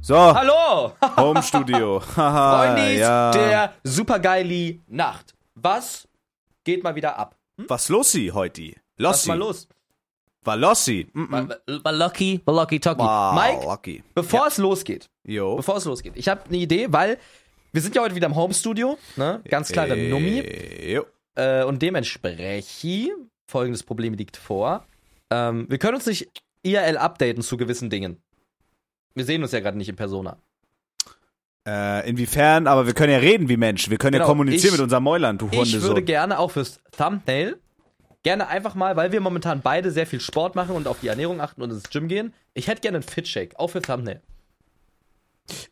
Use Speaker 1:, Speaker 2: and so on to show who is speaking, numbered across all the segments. Speaker 1: So.
Speaker 2: Hallo!
Speaker 1: Home Studio.
Speaker 2: Freundis
Speaker 1: ja.
Speaker 2: der supergeili Nacht. Was geht mal wieder ab?
Speaker 1: Was lossi heute?
Speaker 2: Was
Speaker 1: Lossi.
Speaker 2: mal los?
Speaker 1: War lossi. Mm -mm.
Speaker 2: Lucky, Lucky Talkie.
Speaker 1: Wow,
Speaker 2: Mike,
Speaker 1: lucky.
Speaker 2: bevor es losgeht,
Speaker 1: Jo.
Speaker 2: bevor es losgeht, ich habe eine Idee, weil wir sind ja heute wieder im Homestudio, ne? Ganz klar, der Nummi.
Speaker 1: Äh, Jo.
Speaker 2: Äh, und dementsprechend folgendes Problem liegt vor. Ähm, wir können uns nicht IRL updaten zu gewissen Dingen. Wir sehen uns ja gerade nicht in Persona.
Speaker 1: Äh, inwiefern, aber wir können ja reden wie Menschen. Wir können ja
Speaker 2: Genau,
Speaker 1: kommunizieren
Speaker 2: ich-
Speaker 1: mit unserem Mäulern, du
Speaker 2: Ich würde
Speaker 1: Hundesohn.
Speaker 2: gerne auch fürs Thumbnail gerne einfach mal, weil wir momentan beide sehr viel Sport machen und auf die Ernährung achten und ins Gym gehen. Ich hätte gerne einen Fit-Shake, auch für Thumbnail.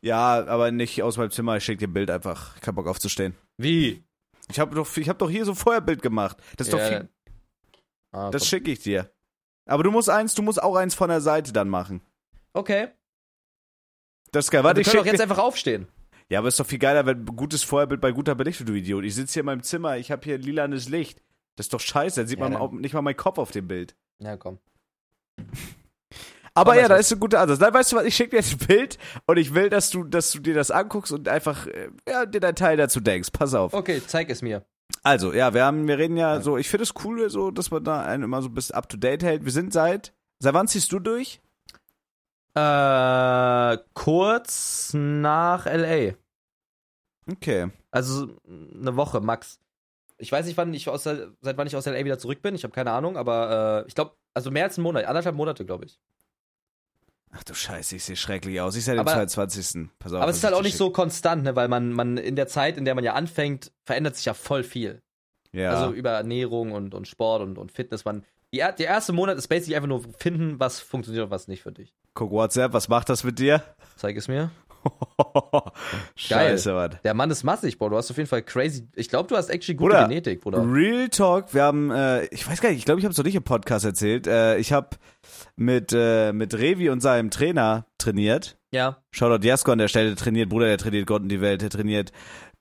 Speaker 1: Ja, aber nicht aus meinem Zimmer. Ich schick dir ein Bild einfach. Kein Bock aufzustehen.
Speaker 2: Wie?
Speaker 1: Ich habe doch, ich hab doch hier so ein Feuerbild gemacht. Das ist doch viel,
Speaker 2: Ah,
Speaker 1: Das
Speaker 2: komm.
Speaker 1: schicke ich dir. Aber du musst eins, du musst auch eins von der Seite dann machen.
Speaker 2: okay. Also
Speaker 1: Das ist geil. Warte,
Speaker 2: wir
Speaker 1: ich
Speaker 2: können
Speaker 1: schick
Speaker 2: auch jetzt
Speaker 1: dir-
Speaker 2: einfach aufstehen.
Speaker 1: Ja, aber ist doch viel geiler, wenn gutes Feuerbild bei guter Belichtung, du Idiot. Ich sitze hier in meinem Zimmer, ich habe hier lilanes Licht. Das ist doch scheiße, dann sieht
Speaker 2: Ja,
Speaker 1: man
Speaker 2: dann-
Speaker 1: auch nicht mal meinen Kopf auf dem Bild.
Speaker 2: Ja, komm.
Speaker 1: Aber
Speaker 2: Aber
Speaker 1: ja,
Speaker 2: es
Speaker 1: da
Speaker 2: war-
Speaker 1: ist ein guter Ansatz. Dann weißt du was, ich schicke dir das Bild und ich will, dass du, dass du dir das anguckst und einfach äh, ja, dir deinen Teil dazu denkst. Pass auf.
Speaker 2: Okay, zeig es mir.
Speaker 1: Also, ja, wir haben, wir reden ja so, ich finde es cool, so, dass man da einen immer so ein bisschen up to date hält. Wir sind seit. Seit wann ziehst du durch?
Speaker 2: Äh, kurz nach L.A.
Speaker 1: Okay.
Speaker 2: Also eine Woche, max. Ich weiß nicht, wann ich aus, der- seit wann ich aus L.A. wieder zurück bin. Ich habe keine Ahnung, aber äh, ich glaube, also mehr als einen Monat, anderthalb Monate, glaube ich.
Speaker 1: Ach du Scheiße, ich sehe schrecklich aus. Ich sehe den
Speaker 2: Aber-
Speaker 1: 22. Pass auf.
Speaker 2: aber
Speaker 1: was
Speaker 2: es ist halt
Speaker 1: ich
Speaker 2: auch
Speaker 1: dir
Speaker 2: nicht so konstant, ne, weil man, man in der Zeit, in der man ja anfängt, verändert sich ja voll viel.
Speaker 1: schick. Ja.
Speaker 2: Also über Ernährung und, und Sport und, und Fitness. Man, die, er- der erste Monat ist basically einfach nur finden, was funktioniert und was nicht für dich.
Speaker 1: Guck WhatsApp, was macht das mit dir?
Speaker 2: Zeig es mir.
Speaker 1: Scheiße, Mann.
Speaker 2: Der Mann ist massig, Bro. Du hast auf jeden Fall crazy. Ich glaube, du hast actually gute
Speaker 1: Bruder,
Speaker 2: Genetik, Bruder.
Speaker 1: Real Talk, wir haben, äh, ich weiß gar nicht, ich glaube, ich habe es noch nicht im Podcast erzählt. Äh, ich habe mit, äh, mit Revi und seinem Trainer trainiert.
Speaker 2: Ja.
Speaker 1: Shoutout Jasko an der Stelle der trainiert, Bruder, der trainiert Gott und die Welt, der trainiert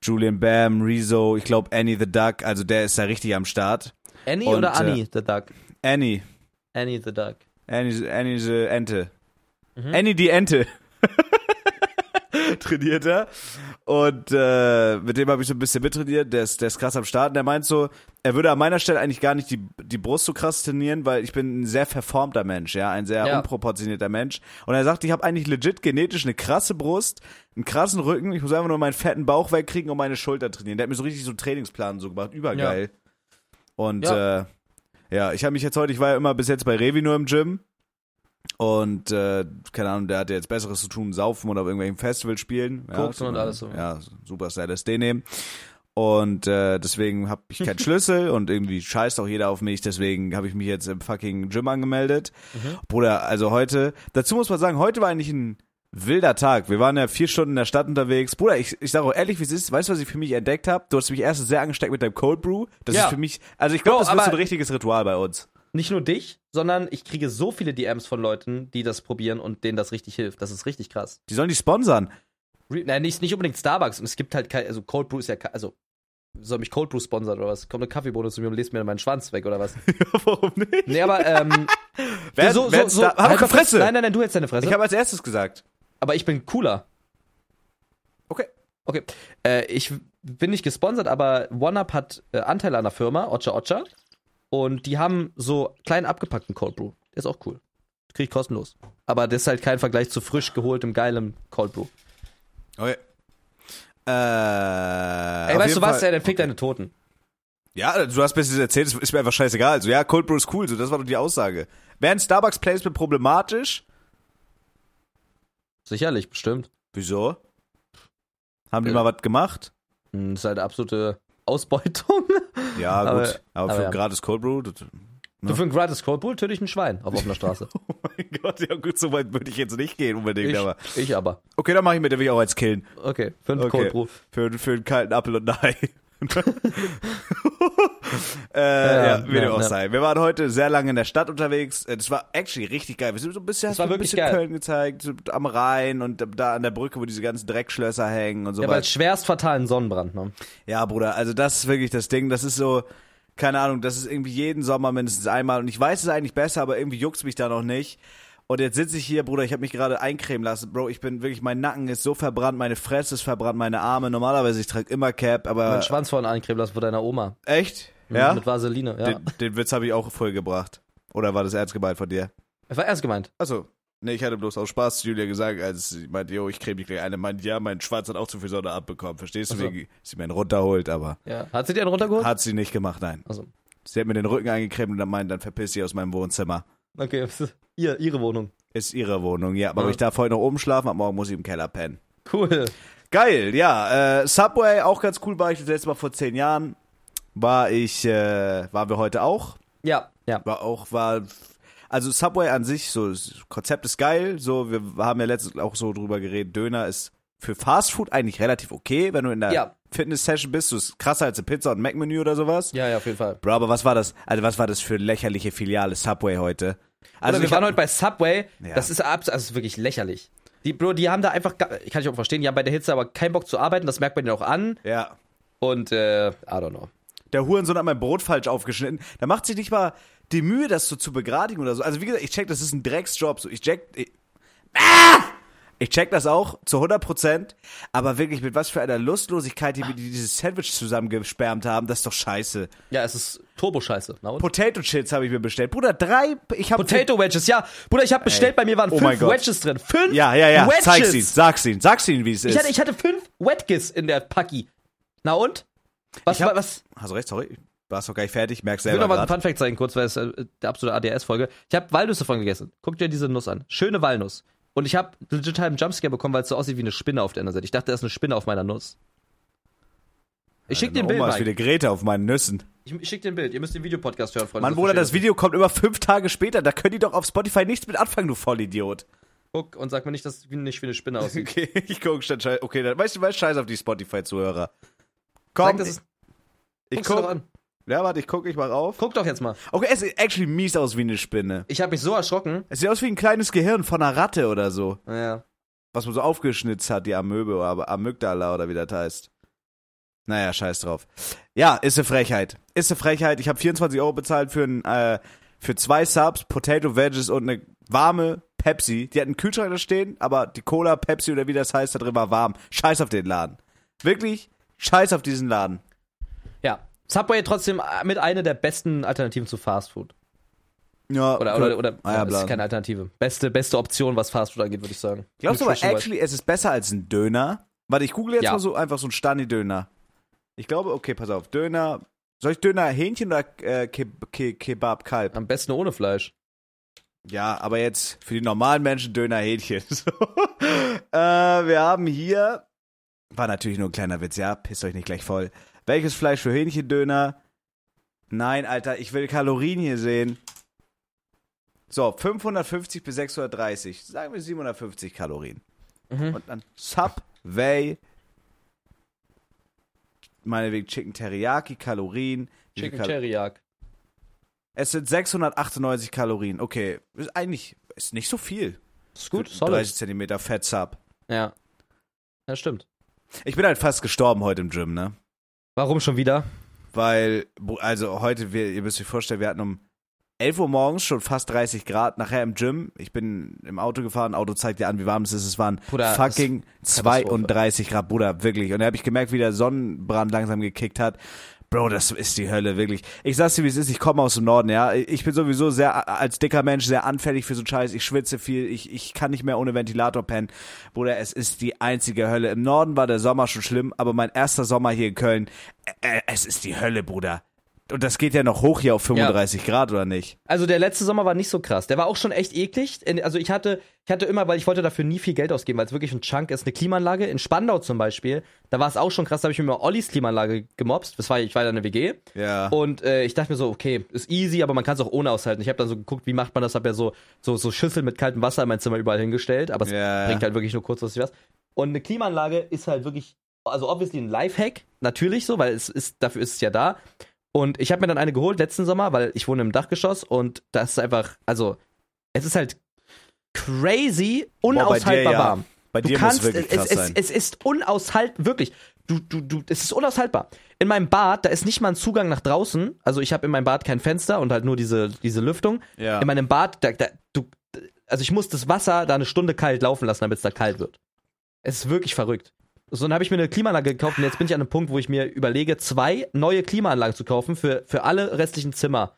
Speaker 1: Julian Bam, Rezo, ich glaube Annie the Duck, also der ist da richtig am Start.
Speaker 2: Annie
Speaker 1: Und,
Speaker 2: oder
Speaker 1: äh,
Speaker 2: Annie the Duck?
Speaker 1: Annie,
Speaker 2: Annie the Duck.
Speaker 1: Annie, Annie the Ente. Annie die Ente. trainiert er. Und äh, mit dem habe ich so ein bisschen mittrainiert. Der ist, der ist krass am Start. Und er meint so, er würde an meiner Stelle eigentlich gar nicht die, die Brust so krass trainieren, weil ich bin ein sehr verformter Mensch, ja, ein sehr
Speaker 2: Ja.
Speaker 1: unproportionierter Mensch. Und er sagt, ich habe eigentlich legit genetisch eine krasse Brust, einen krassen Rücken. Ich muss einfach nur meinen fetten Bauch wegkriegen und meine Schulter trainieren. Der hat mir so richtig so einen Trainingsplan so gemacht. Übergeil. Und
Speaker 2: Ja.
Speaker 1: Äh, ja, ich habe mich jetzt heute, ich war ja immer bis jetzt bei Revi nur im Gym. Und äh, keine Ahnung, der hatte jetzt Besseres zu tun, saufen oder auf irgendwelchen Festivals spielen. Ja,
Speaker 2: Koksen und alles so.
Speaker 1: Ja, super LSD nehmen. Und äh, deswegen habe ich keinen Schlüssel und irgendwie scheißt auch jeder auf mich. Deswegen habe ich mich jetzt im fucking Gym angemeldet.
Speaker 2: Mhm.
Speaker 1: Bruder, also heute, dazu muss man sagen, heute war eigentlich ein wilder Tag. Wir waren ja vier Stunden in der Stadt unterwegs. Bruder, ich, ich sage auch ehrlich, wie es ist. Weißt du, was ich für mich entdeckt habe? Du hast mich erst sehr angesteckt mit deinem Cold Brew. Das
Speaker 2: Ja.
Speaker 1: ist für mich, also ich glaube,
Speaker 2: Bro,
Speaker 1: das wird so ein
Speaker 2: aber-
Speaker 1: richtiges Ritual bei uns.
Speaker 2: Nicht nur dich, sondern ich kriege so viele DMs von Leuten, die das probieren und denen das richtig hilft. Das ist richtig krass.
Speaker 1: Die sollen dich sponsern.
Speaker 2: Re Nein, nicht, nicht unbedingt Starbucks. Und es gibt halt kein, also Cold Brew ist ja, ke- also soll mich Cold Brew sponsern oder was? Kommt eine Kaffeebohne zu mir und lest mir meinen Schwanz weg oder was?
Speaker 1: Warum nicht?
Speaker 2: Nee, aber, ähm,
Speaker 1: Wer,
Speaker 2: so,
Speaker 1: wer
Speaker 2: so, so,
Speaker 1: hab doch keine
Speaker 2: mal kurz-
Speaker 1: Fresse.
Speaker 2: Nein, nein, nein, du hältst deine Fresse.
Speaker 1: Ich habe als erstes gesagt.
Speaker 2: aber ich bin cooler.
Speaker 1: Okay.
Speaker 2: Okay. Äh, ich bin nicht gesponsert, aber OneUp hat äh, Anteil an der Firma, Ocha Ocha. Und die haben so kleinen abgepackten Cold Brew. Der ist auch cool. Krieg ich kostenlos. Aber das ist halt kein Vergleich zu frisch geholtem, geilem Cold Brew.
Speaker 1: Okay. Äh,
Speaker 2: Ey,
Speaker 1: Ey,
Speaker 2: weißt du was? Ey, dann fick deine Toten.
Speaker 1: Ja, du hast mir das erzählt, es ist mir einfach scheißegal. So, ja, Cold Brew ist cool, so, das war doch die Aussage. Wäre ein Starbucks Placement problematisch?
Speaker 2: Sicherlich, bestimmt.
Speaker 1: Wieso? Haben die
Speaker 2: Äh.
Speaker 1: mal was gemacht?
Speaker 2: Hm, Das ist halt absolute Ausbeutung.
Speaker 1: Ja,
Speaker 2: Aber-
Speaker 1: gut. Aber,
Speaker 2: aber
Speaker 1: für
Speaker 2: ja.
Speaker 1: ein gratis Cold Brew? Das,
Speaker 2: Du für ein gratis Cold Brew töte ich ein Schwein auf offener Straße.
Speaker 1: oh mein Gott, ja gut, so weit würde ich jetzt nicht gehen unbedingt,
Speaker 2: ich,
Speaker 1: aber.
Speaker 2: ich aber.
Speaker 1: Okay, dann mache ich mir den Weg auch als Killen.
Speaker 2: Okay, für ein
Speaker 1: Okay.
Speaker 2: Cold Brew.
Speaker 1: Für, für einen kalten Apfel und ein Ei. äh, ja,
Speaker 2: Ja,
Speaker 1: wie dem
Speaker 2: ja,
Speaker 1: auch
Speaker 2: ja.
Speaker 1: sei. Wir waren heute sehr lange in der Stadt unterwegs. Äh, Das war actually richtig geil. Wir sind so ein bisschen, hast
Speaker 2: war
Speaker 1: mir ein
Speaker 2: wirklich
Speaker 1: bisschen
Speaker 2: geil.
Speaker 1: Köln gezeigt, so am Rhein und da an der Brücke, wo diese ganzen Dreckschlösser hängen und so
Speaker 2: Ja, weil
Speaker 1: weiter.
Speaker 2: halt schwerst fatalen Sonnenbrand, ne?
Speaker 1: Ja, Bruder, also das ist wirklich das Ding. Das ist so, keine Ahnung, das ist irgendwie jeden Sommer mindestens einmal. Und ich weiß es eigentlich besser, aber irgendwie juckt's mich da noch nicht. Und jetzt sitze ich hier, Bruder, ich habe mich gerade eincremen lassen. Bro, ich bin wirklich, mein Nacken ist so verbrannt, meine Fresse ist verbrannt, meine Arme. Normalerweise, ich trage immer Cap, aber.
Speaker 2: Mein Schwanz vorne eincremen lassen von deiner Oma.
Speaker 1: Echt?
Speaker 2: Mhm,
Speaker 1: Äh, Ja?
Speaker 2: Mit Vaseline, ja.
Speaker 1: Den, den Witz habe ich auch vollgebracht. Oder war das ernst gemeint von dir?
Speaker 2: Das war ernst gemeint.
Speaker 1: Achso. Nee, ich hatte bloß aus Spaß zu Julia gesagt, als sie meinte, jo, ich creme dich gleich eine. Meinte, ja, mein Schwanz hat auch zu viel Sonne abbekommen. Verstehst du,
Speaker 2: Ach so.
Speaker 1: wie sie mir einen runterholt, aber
Speaker 2: Ja. Hat sie dir einen runtergeholt?
Speaker 1: hat sie nicht gemacht, nein.
Speaker 2: Also,
Speaker 1: Sie hat mir den Rücken eingecremt und dann meint, dann verpiss dich aus meinem Wohnzimmer.
Speaker 2: okay, was ist- ihr, ihre Wohnung.
Speaker 1: Ist ihre Wohnung, ja. Aber
Speaker 2: Ja.
Speaker 1: ich darf heute noch oben schlafen, ab morgen muss ich im Keller pennen.
Speaker 2: Cool.
Speaker 1: Geil, ja. Äh, Subway, auch ganz cool, war ich das letzte Mal vor zehn Jahren. War ich, äh, waren wir heute auch.
Speaker 2: Ja, ja.
Speaker 1: War auch, war, also Subway an sich, so, das Konzept ist geil. So, wir haben ja letztens auch so drüber geredet, Döner ist für Fast Food eigentlich relativ okay, wenn du in der
Speaker 2: Ja.
Speaker 1: Fitness-Session bist. Du ist krasser als eine Pizza und ein Mac-Menü oder sowas.
Speaker 2: Ja, ja, auf jeden Fall.
Speaker 1: Bro, aber was war das, also was war das für lächerliche Filiale Subway heute?
Speaker 2: Also wir
Speaker 1: ich
Speaker 2: waren
Speaker 1: hab-
Speaker 2: heute bei Subway.
Speaker 1: Ja.
Speaker 2: Das ist abs also es ist wirklich lächerlich. Die, Bro, die haben da einfach, ga- kann ich auch verstehen, die haben bei der Hitze aber keinen Bock zu arbeiten, das merkt man denen auch an.
Speaker 1: Ja.
Speaker 2: Und, äh, I don't know.
Speaker 1: Der Hurensohn hat mein Brot falsch aufgeschnitten. Da macht sich nicht mal die Mühe, das so zu begradigen oder so. Also wie gesagt, ich check, das ist ein Drecksjob. So, ich check. Ich, ah! ich check das auch zu 100 Prozent. Aber wirklich, mit was für einer Lustlosigkeit, die wir dieses Sandwich zusammengespärmt haben, das ist doch scheiße.
Speaker 2: Ja, es ist Turbo-Scheiße. Na und?
Speaker 1: Potato Chips habe ich mir bestellt. Bruder, drei. Ich hab
Speaker 2: Potato Wedges, ja. Bruder, ich habe bestellt, bei mir waren
Speaker 1: Oh mein
Speaker 2: fünf
Speaker 1: Gott.
Speaker 2: Wedges drin. Fünf
Speaker 1: Ja, ja, ja.
Speaker 2: Wedges.
Speaker 1: Zeig's ihm. Sag's ihm. Sag's ihm, wie es ist.
Speaker 2: Ich hatte, ich hatte fünf Wedges in der Packi. Na und? Was,
Speaker 1: Ich hab-
Speaker 2: was,
Speaker 1: Hast du recht, sorry. Warst doch gar nicht fertig, merkst
Speaker 2: Ich will
Speaker 1: selber.
Speaker 2: noch mal ein
Speaker 1: grad.
Speaker 2: Funfact zeigen, kurz, weil es äh, eine absolute ADS-Folge. Ich habe Walnüsse davon gegessen. Guck dir diese Nuss an. Schöne Walnuss. Und ich habe legit halt einen Jumpscare bekommen, weil es so aussieht wie eine Spinne auf der anderen Seite. Ich dachte, da ist eine Spinne auf meiner Nuss. Ich schick dir ein
Speaker 1: Meine
Speaker 2: Bild,
Speaker 1: Oma ist
Speaker 2: Mike.
Speaker 1: wieder Greta auf meinen Nüssen.
Speaker 2: Ich, ich schick dir ein Bild. Ihr müsst den Videopodcast hören, Freunde.
Speaker 1: Mann,
Speaker 2: sonst
Speaker 1: Bruder, das
Speaker 2: versteht
Speaker 1: Video kommt immer fünf Tage später. Da können die doch auf Spotify nichts mit anfangen, du Vollidiot.
Speaker 2: ihr nicht. Guck und sag mir nicht, dass es wie- nicht wie eine Spinne aussieht.
Speaker 1: Okay, ich gucke statt Scheiß. Okay, dann weißt du was? Scheiß auf die Spotify-Zuhörer.
Speaker 2: Sag,
Speaker 1: Komm,
Speaker 2: das ist,
Speaker 1: ich, ich
Speaker 2: guck's dir doch
Speaker 1: guck.
Speaker 2: an.
Speaker 1: Ja, warte, ich guck, ich mach auf.
Speaker 2: Guck doch jetzt mal.
Speaker 1: Okay, es sieht actually mies aus wie eine Spinne.
Speaker 2: Ich habe mich so erschrocken.
Speaker 1: Es sieht aus wie ein kleines Gehirn von einer Ratte oder so.
Speaker 2: Naja.
Speaker 1: Was man so aufgeschnitzt hat, die Amöbe oder Amygdala oder wie das heißt. Naja, scheiß drauf. Ja, ist eine Frechheit. Ist eine Frechheit. Ich habe 24 Euro bezahlt für, ein, äh, für zwei Subs, Potato Veggies und eine warme Pepsi. Die hatten einen Kühlschrank da stehen, aber die Cola, Pepsi oder wie das heißt, da drin war warm. Scheiß auf den Laden. Wirklich, scheiß auf diesen Laden.
Speaker 2: Ja. Subway trotzdem äh, mit einer der besten Alternativen zu Fast Food.
Speaker 1: Ja,
Speaker 2: Oder, oder, oder
Speaker 1: Ah, ja,
Speaker 2: das ist
Speaker 1: Blasen.
Speaker 2: keine Alternative. Beste, beste Option, was Fast Food angeht, würde ich sagen.
Speaker 1: Glaubst du aber
Speaker 2: Nutrition-wise.
Speaker 1: actually, es ist besser als ein Döner? Warte, ich google jetzt
Speaker 2: Ja.
Speaker 1: mal so einfach so ein Stani-Döner. Ich glaube, okay, pass auf, Döner. Soll ich Döner Hähnchen oder äh, Ke Ke Kebab Kalb?
Speaker 2: Am besten ohne Fleisch.
Speaker 1: Ja, aber jetzt für die normalen Menschen Döner Hähnchen. So. äh, wir haben hier. War natürlich nur ein kleiner Witz, ja? Pisst euch nicht gleich voll. Welches Fleisch für Hähnchendöner? Nein, Alter, ich will Kalorien hier sehen. So, 550 bis 630. Sagen wir 750 Kalorien.
Speaker 2: Mhm.
Speaker 1: Und dann Subway. Meinetwegen Chicken Teriyaki, Kalorien. Wie viel
Speaker 2: Chicken
Speaker 1: Kal-
Speaker 2: Teriyaki.
Speaker 1: Es sind 698 Kalorien. Okay, ist eigentlich ist nicht so viel.
Speaker 2: Ist gut,
Speaker 1: Für
Speaker 2: solid.
Speaker 1: 30 Zentimeter Fett Sub.
Speaker 2: Ja. Ja, stimmt.
Speaker 1: Ich bin halt fast gestorben heute im Gym, ne?
Speaker 2: Warum schon wieder?
Speaker 1: Weil, bo- also heute, wir, ihr müsst euch vorstellen, wir hatten um 11 Uhr morgens schon fast 30 Grad, nachher im Gym. Ich bin im Auto gefahren, Auto zeigt dir an, wie warm es ist. Es waren
Speaker 2: Bruder,
Speaker 1: fucking 32 Grad, Bruder, wirklich. Und da habe ich gemerkt, wie der Sonnenbrand langsam gekickt hat. Bro, das ist die Hölle, wirklich. Ich sag's dir, wie es ist, ich komme aus dem Norden, ja. Ich bin sowieso sehr, als dicker Mensch, sehr anfällig für so einen Scheiß. Ich schwitze viel, ich, ich kann nicht mehr ohne Ventilator pennen. Bruder, es ist die einzige Hölle. Im Norden war der Sommer schon schlimm, aber mein erster Sommer hier in Köln, äh, äh, es ist die Hölle, Bruder. Und das geht ja noch hoch hier auf 35 Grad, oder nicht?
Speaker 2: Also der letzte Sommer war nicht so krass. Der war auch schon echt eklig. In- Also ich hatte, ich hatte immer, weil ich wollte dafür nie viel Geld ausgeben, weil es wirklich ein Chunk ist, eine Klimaanlage. In Spandau zum Beispiel, da war es auch schon krass, da habe ich mir mal Ollis Klimaanlage gemobst. Das war, ich war da in der WG.
Speaker 1: Ja.
Speaker 2: Und äh, ich dachte mir so, okay, ist easy, aber man kann es auch ohne aushalten. Ich habe dann so geguckt, wie macht man das? Hab ja so, so, so Schüsseln mit kaltem Wasser in mein Zimmer überall hingestellt, aber es
Speaker 1: Ja.
Speaker 2: bringt halt wirklich nur kurzfristig was. Und eine Klimaanlage ist halt wirklich, also obviously ein Lifehack, natürlich so, weil es ist, dafür ist es ja da. Und ich habe mir dann eine geholt letzten Sommer, weil ich wohne im Dachgeschoss und das ist einfach, also es ist halt crazy, unaushaltbar
Speaker 1: ja.
Speaker 2: warm.
Speaker 1: Bei
Speaker 2: Du
Speaker 1: dir
Speaker 2: kannst,
Speaker 1: muss wirklich
Speaker 2: es,
Speaker 1: krass
Speaker 2: es,
Speaker 1: sein.
Speaker 2: es ist unaushaltbar, wirklich. Du, du, du, es ist unaushaltbar. In meinem Bad, da ist nicht mal ein Zugang nach draußen. Also ich habe in meinem Bad kein Fenster und halt nur diese, diese Lüftung.
Speaker 1: ja.
Speaker 2: In meinem Bad, da, da, du, also ich muss das Wasser da eine Stunde kalt laufen lassen, damit es da kalt wird. Es ist wirklich verrückt. So, dann habe ich mir eine Klimaanlage gekauft und jetzt bin ich an einem Punkt, wo ich mir überlege, zwei neue Klimaanlagen zu kaufen für, für alle restlichen Zimmer.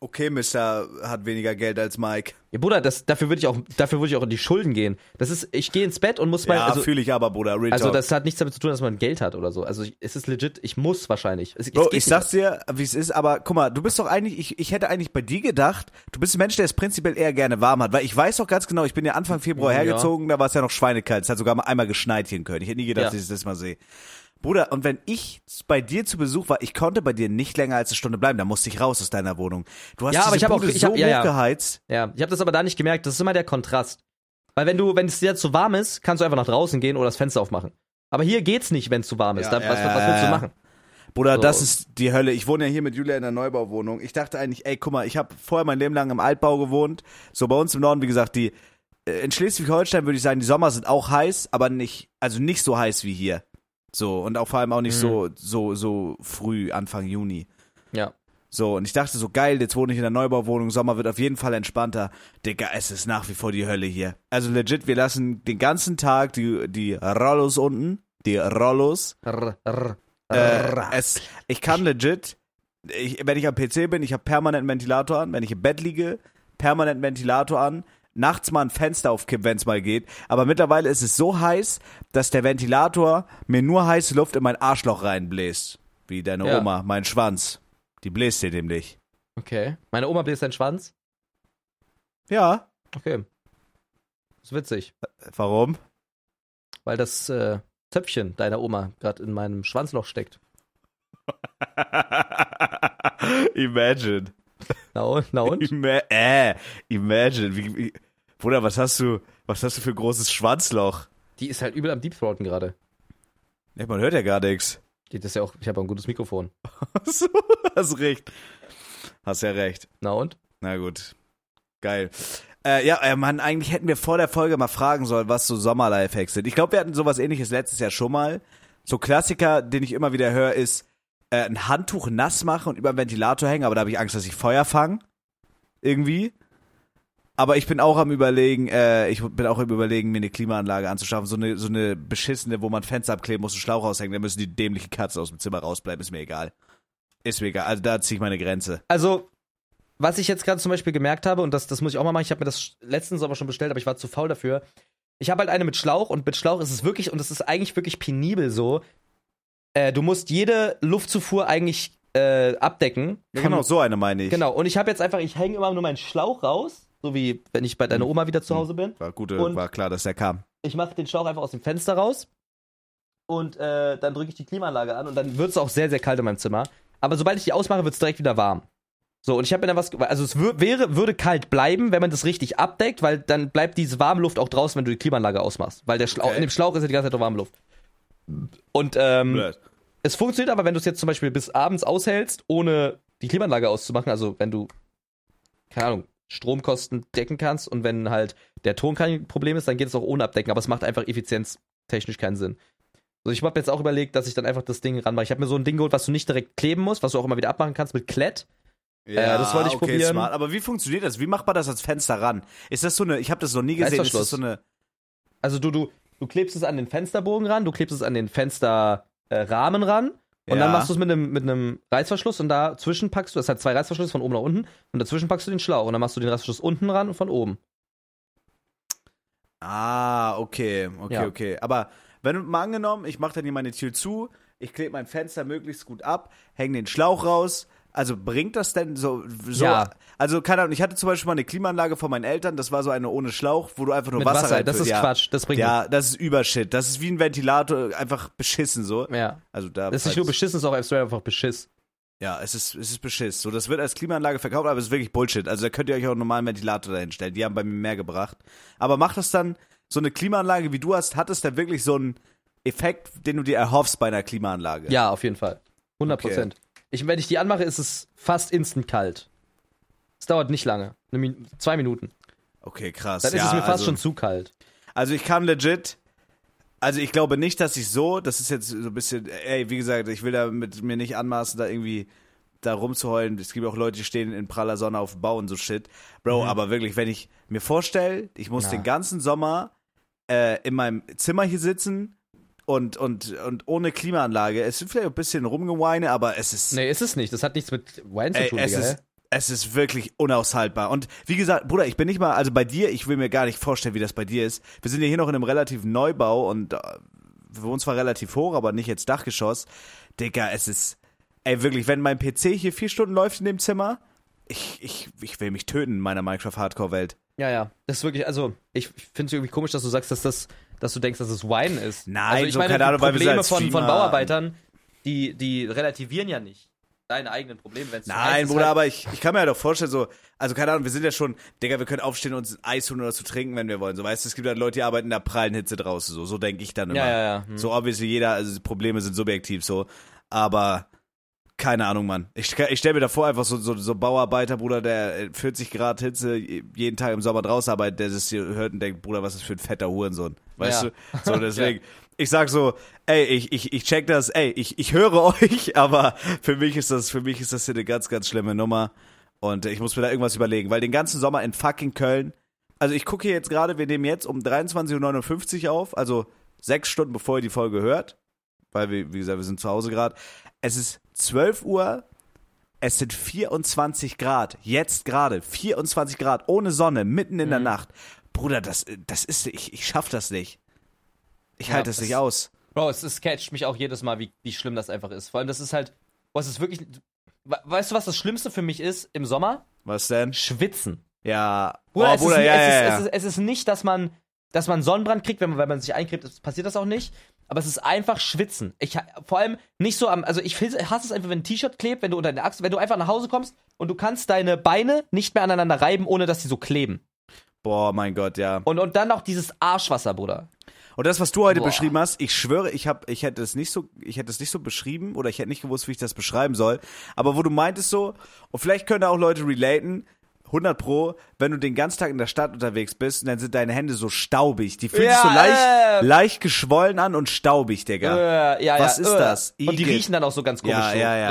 Speaker 1: Okay, Mister hat weniger Geld als Mike.
Speaker 2: Ja, Bruder, das, dafür würde ich auch, dafür würde ich auch in die Schulden gehen. Das ist, ich gehe ins Bett und muss mein,
Speaker 1: ja,
Speaker 2: also,
Speaker 1: fühle ich aber, Bruder. Real
Speaker 2: also
Speaker 1: Talk.
Speaker 2: das hat nichts damit zu tun, dass man Geld hat oder so. Also ich, es ist legit, ich muss wahrscheinlich. Es, es
Speaker 1: Bro,
Speaker 2: geht
Speaker 1: ich
Speaker 2: nicht.
Speaker 1: sag's dir, wie es ist, aber guck mal, du bist doch eigentlich, ich, ich hätte eigentlich bei dir gedacht, du bist ein Mensch, der es prinzipiell eher gerne warm hat, weil ich weiß doch ganz genau, ich bin ja Anfang Februar
Speaker 2: Ja.
Speaker 1: hergezogen, da war es ja noch schweinekalt, es hat sogar mal einmal geschneit hier in Köln. Ich hätte nie gedacht,
Speaker 2: Ja.
Speaker 1: dass ich das mal sehe. Bruder, und wenn ich bei dir zu Besuch war, ich konnte bei dir nicht länger als eine Stunde bleiben, da musste ich raus aus deiner Wohnung. Du hast
Speaker 2: Ja, aber
Speaker 1: diese
Speaker 2: ich hab auch-
Speaker 1: Bude
Speaker 2: ich
Speaker 1: so
Speaker 2: hab- ja, ja.
Speaker 1: hochgeheizt.
Speaker 2: Ja, ich habe das aber da nicht gemerkt. Das ist immer der Kontrast. Weil wenn du, wenn es dir zu warm ist, kannst du einfach nach draußen gehen oder das Fenster aufmachen. Aber hier geht's nicht, wenn es zu warm ist.
Speaker 1: Ja,
Speaker 2: da,
Speaker 1: ja,
Speaker 2: was,
Speaker 1: ja,
Speaker 2: was willst du
Speaker 1: ja.
Speaker 2: machen?
Speaker 1: Bruder,
Speaker 2: So.
Speaker 1: das ist die Hölle. Ich wohne ja hier mit Julia in der Neubauwohnung. Ich dachte eigentlich, ey, guck mal, ich habe vorher mein Leben lang im Altbau gewohnt. So bei uns im Norden, wie gesagt, die äh, in Schleswig-Holstein würde ich sagen, die Sommer sind auch heiß, aber nicht, also nicht so heiß wie hier. So und auch vor allem auch nicht so so so früh Anfang Juni.
Speaker 2: Ja.
Speaker 1: So und ich dachte so geil, jetzt wohne ich in der Neubauwohnung, Sommer wird auf jeden Fall entspannter. Digga, es ist nach wie vor die Hölle hier. Also legit, wir lassen den ganzen Tag die die Rollos unten, die Rollos
Speaker 2: Rrr, rrr,
Speaker 1: äh,
Speaker 2: rrr.
Speaker 1: es, ich kann legit, ich, wenn ich am PC bin, ich habe permanent einen Ventilator an. Wenn ich im Bett liege, permanent einen Ventilator an. Nachts mal ein Fenster aufkippen, wenn es mal geht. Aber mittlerweile ist es so heiß, dass der Ventilator mir nur heiße Luft in mein Arschloch reinbläst. Wie deine
Speaker 2: Ja.
Speaker 1: Oma, mein Schwanz. Die bläst dir nämlich.
Speaker 2: Okay. Meine Oma bläst deinen Schwanz.
Speaker 1: Ja.
Speaker 2: Okay. Ist witzig,
Speaker 1: Warum?
Speaker 2: weil das äh, Töpfchen deiner Oma gerade in meinem Schwanzloch steckt.
Speaker 1: Imagine.
Speaker 2: Na und? Na und?
Speaker 1: Ima äh, imagine. Wie, wie, Bruder, was hast du, was hast du für ein großes Schwanzloch?
Speaker 2: Die ist halt übel am Deepthroaten gerade.
Speaker 1: Ja, man hört ja gar nichts.
Speaker 2: Die- Das ist ja auch, ich habe ein gutes Mikrofon.
Speaker 1: So, hast recht. Hast ja recht.
Speaker 2: Na und?
Speaker 1: Na gut. Geil. Äh, ja, äh, Mann, eigentlich hätten wir vor der Folge mal fragen sollen, was so Sommerlifehacks sind. Ich glaube, wir hatten sowas ähnliches letztes Jahr schon mal. So Klassiker, den ich immer wieder höre, ist äh, ein Handtuch nass machen und über den Ventilator hängen, aber da habe ich Angst, dass ich Feuer fange. Irgendwie. Aber ich bin auch am überlegen, äh, ich bin auch am überlegen, mir eine Klimaanlage anzuschaffen. So eine, so eine beschissene, wo man Fenster abkleben muss, einen Schlauch raushängen, dann müssen die dämlichen Katzen aus dem Zimmer rausbleiben, ist mir egal. Ist mir egal. Also da ziehe ich meine Grenze.
Speaker 2: Also, was ich jetzt gerade zum Beispiel gemerkt habe, und das, das muss ich auch mal machen, ich habe mir das sch- letzten Sommer schon bestellt, aber ich war zu faul dafür. Ich habe halt eine mit Schlauch und mit Schlauch ist es wirklich, und es ist eigentlich wirklich penibel so, äh, du musst jede Luftzufuhr eigentlich äh, abdecken.
Speaker 1: Ja, genau, so eine meine ich.
Speaker 2: Genau, und ich habe jetzt einfach, ich hänge immer nur meinen Schlauch raus, so wie wenn ich bei deiner
Speaker 1: Mhm.
Speaker 2: Oma wieder zu Hause bin.
Speaker 1: War gute,
Speaker 2: Und-
Speaker 1: war klar, dass der kam.
Speaker 2: Ich mache den Schlauch einfach aus dem Fenster raus und äh, dann drücke ich die Klimaanlage an und dann wird es auch sehr, sehr kalt in meinem Zimmer. Aber sobald ich die ausmache, wird es direkt wieder warm. So, und ich habe mir da was. ge- Also, es wür- wäre, würde kalt bleiben, wenn man das richtig abdeckt, weil dann bleibt diese warme Luft auch draußen, wenn du die Klimaanlage ausmachst. Weil der Schlauch,
Speaker 1: Okay.
Speaker 2: in dem Schlauch ist ja die ganze Zeit noch warme Luft. Und ähm,
Speaker 1: Blöd.
Speaker 2: es funktioniert aber, wenn du es jetzt zum Beispiel bis abends aushältst, ohne die Klimaanlage auszumachen, also wenn du, keine Ahnung, Stromkosten decken kannst und wenn halt der Ton kein Problem ist, dann geht es auch ohne Abdecken, aber es macht einfach effizienztechnisch keinen Sinn. Also ich habe jetzt auch überlegt, dass ich dann einfach das Ding ranmache. Ich habe mir so ein Ding geholt, was du nicht direkt kleben musst, was du auch immer wieder abmachen kannst mit Klett.
Speaker 1: Ja,
Speaker 2: das wollte ich
Speaker 1: okay,
Speaker 2: probieren.
Speaker 1: Smart. Aber wie funktioniert das? Wie macht man das ans Fenster ran? Ist das so eine, ich habe das noch nie gesehen, ist das
Speaker 2: Reißverschluss.
Speaker 1: so eine,
Speaker 2: Also du, du, du klebst es an den Fensterbogen ran, du klebst es an den Fensterrahmen äh, Rahmen ran
Speaker 1: Ja.
Speaker 2: und dann machst du es mit einem mit einem Reißverschluss und dazwischen packst du, es hat zwei Reißverschlüsse von oben nach unten und dazwischen packst du den Schlauch und dann machst du den Reißverschluss unten ran und von oben.
Speaker 1: ah, okay, okay,
Speaker 2: Ja.
Speaker 1: okay. Aber wenn du mal angenommen, ich mache dann hier meine Tür zu, ich klebe mein Fenster möglichst gut ab, hänge den Schlauch raus, also bringt das denn so, so
Speaker 2: Ja.
Speaker 1: also keine Ahnung, ich hatte zum Beispiel mal eine Klimaanlage von meinen Eltern, das war so eine ohne Schlauch, wo du einfach nur
Speaker 2: Mit
Speaker 1: Wasser,
Speaker 2: Wasser, das
Speaker 1: reinfüllst.
Speaker 2: ist
Speaker 1: ja.
Speaker 2: Quatsch, das bringt
Speaker 1: Ja, das ist Übershit, das ist wie ein Ventilator, einfach beschissen so.
Speaker 2: nichts. Ja.
Speaker 1: Also da
Speaker 2: Das ist nicht nur beschissen, es ist auch straight einfach beschiss.
Speaker 1: Ja, es ist, es ist Beschiss. So, das wird als Klimaanlage verkauft, aber es ist wirklich Bullshit. Also da könnt ihr euch auch einen normalen Ventilator dahinstellen. Die haben bei mir mehr gebracht. Aber macht das dann, so eine Klimaanlage wie du hast, hat es dann wirklich so einen Effekt, den du dir erhoffst bei einer Klimaanlage?
Speaker 2: Ja, auf jeden Fall. 100 Prozent. Ich, wenn ich die anmache, ist es fast instant kalt. Es dauert nicht lange. Eine Min zwei Minuten.
Speaker 1: Okay, krass.
Speaker 2: Dann
Speaker 1: ja,
Speaker 2: ist es mir fast
Speaker 1: also,
Speaker 2: schon zu kalt.
Speaker 1: Also ich kann legit. Also ich glaube nicht, dass ich so, das ist jetzt so ein bisschen, ey, wie gesagt, ich will da mit mir nicht anmaßen, da irgendwie da rumzuheulen. Es gibt auch Leute, die stehen in praller Sonne auf dem Bau und so Shit. Bro, aber wirklich, wenn ich mir vorstelle, ich muss
Speaker 2: Ja.
Speaker 1: den ganzen Sommer äh, in meinem Zimmer hier sitzen und, und, und ohne Klimaanlage. Es ist vielleicht ein bisschen rumgeweine, aber es ist.
Speaker 2: Nee, ist es nicht. Das hat nichts mit Wine zu
Speaker 1: Ey,
Speaker 2: tun,
Speaker 1: es
Speaker 2: Digga.
Speaker 1: ist, es ist wirklich unaushaltbar. Und wie gesagt, Bruder, ich bin nicht mal, also bei dir, ich will mir gar nicht vorstellen, wie das bei dir ist. Wir sind ja hier noch in einem relativen Neubau und äh, wir wohnen zwar relativ hoch, aber nicht jetzt Dachgeschoss. Digga, es ist, ey, wirklich, wenn mein PC hier vier Stunden läuft in dem Zimmer, ich, ich, ich will mich töten in meiner Minecraft-Hardcore-Welt.
Speaker 2: Ja, ja. Das ist wirklich, also, ich finde es irgendwie komisch, dass du sagst, dass das, dass du denkst, dass es Wine ist.
Speaker 1: Nein,
Speaker 2: also ich
Speaker 1: so
Speaker 2: meine,
Speaker 1: keine
Speaker 2: die
Speaker 1: Ahnung, weil wir
Speaker 2: Probleme
Speaker 1: als
Speaker 2: von, von
Speaker 1: Streamer-
Speaker 2: Bauarbeitern, die, die relativieren ja nicht deine eigenen Probleme, wenn es
Speaker 1: Nein, Bruder,
Speaker 2: Halt
Speaker 1: aber ich, ich kann mir ja doch vorstellen, so, also keine Ahnung, wir sind ja schon, Digga, wir können aufstehen und uns ein Eis holen oder zu trinken, wenn wir wollen. So, weißt du, es gibt halt Leute, die arbeiten in der prallen Hitze draußen, so, so denke ich dann immer.
Speaker 2: Ja, ja, ja. Hm.
Speaker 1: So obviously jeder, also Probleme sind subjektiv so, aber keine Ahnung, Mann. Ich, ich stelle mir davor einfach so, so, so Bauarbeiter, Bruder, der äh, 40 Grad Hitze jeden Tag im Sommer draußen arbeitet, der das hier hört und denkt, Bruder, was ist das für ein fetter Hurensohn. Weißt
Speaker 2: Ja.
Speaker 1: du? So, deswegen, ich sag so, ey, ich, ich, ich check das, ey, ich, ich höre euch, aber für mich ist das, für mich ist das hier eine ganz, ganz schlimme Nummer. Und äh, ich muss mir da irgendwas überlegen, weil den ganzen Sommer in fucking Köln, also ich gucke hier jetzt gerade, wir nehmen jetzt um 23.59 Uhr auf, also sechs Stunden bevor ihr die Folge hört, weil wir, wie gesagt, wir sind zu Hause gerade. Es ist 12 Uhr, es sind 24 Grad, jetzt gerade, 24 Grad, ohne Sonne, mitten in
Speaker 2: Mhm.
Speaker 1: der Nacht. Bruder, das, das ist, ich, ich schaff das nicht. Ich
Speaker 2: Ja,
Speaker 1: halte das
Speaker 2: das-
Speaker 1: nicht aus.
Speaker 2: Bro, es, es catcht mich auch jedes Mal, wie, wie schlimm das einfach ist. Vor allem, das ist halt, was ist wirklich, we- weißt du, was das Schlimmste für mich ist im Sommer?
Speaker 1: Was denn?
Speaker 2: Schwitzen.
Speaker 1: Ja.
Speaker 2: Bruder,
Speaker 1: oh,
Speaker 2: es,
Speaker 1: Bruder,
Speaker 2: ist,
Speaker 1: ja,
Speaker 2: es,
Speaker 1: ja,
Speaker 2: ist,
Speaker 1: ja.
Speaker 2: Es, ist, es ist nicht, dass man, dass man Sonnenbrand kriegt, wenn man, wenn man sich eincremt, es passiert das auch nicht. Aber es ist einfach Schwitzen. Ich, ha- vor allem nicht so am, also ich find's- hasse es einfach, wenn ein T-Shirt klebt, wenn du unter den Achseln, wenn du einfach nach Hause kommst und du kannst deine Beine nicht mehr aneinander reiben, ohne dass die so kleben.
Speaker 1: Boah, mein Gott, ja.
Speaker 2: Und, und dann noch dieses Arschwasser, Bruder.
Speaker 1: Und das, was du heute
Speaker 2: Boah.
Speaker 1: beschrieben hast, ich schwöre, ich hab, ich hätte es nicht so, ich hätte es nicht so beschrieben oder ich hätte nicht gewusst, wie ich das beschreiben soll. Aber wo du meintest so, und vielleicht können da auch Leute relaten, 100 pro, wenn du den ganzen Tag in der Stadt unterwegs bist und dann sind deine Hände so staubig. Die fühlen sich
Speaker 2: Ja,
Speaker 1: so leicht,
Speaker 2: äh.
Speaker 1: leicht geschwollen an und staubig, Digga.
Speaker 2: Äh, ja,
Speaker 1: Was
Speaker 2: ja,
Speaker 1: ist
Speaker 2: äh.
Speaker 1: das?
Speaker 2: Und die
Speaker 1: Igitt.
Speaker 2: riechen dann auch so ganz komisch.
Speaker 1: Ja,
Speaker 2: so.
Speaker 1: ja,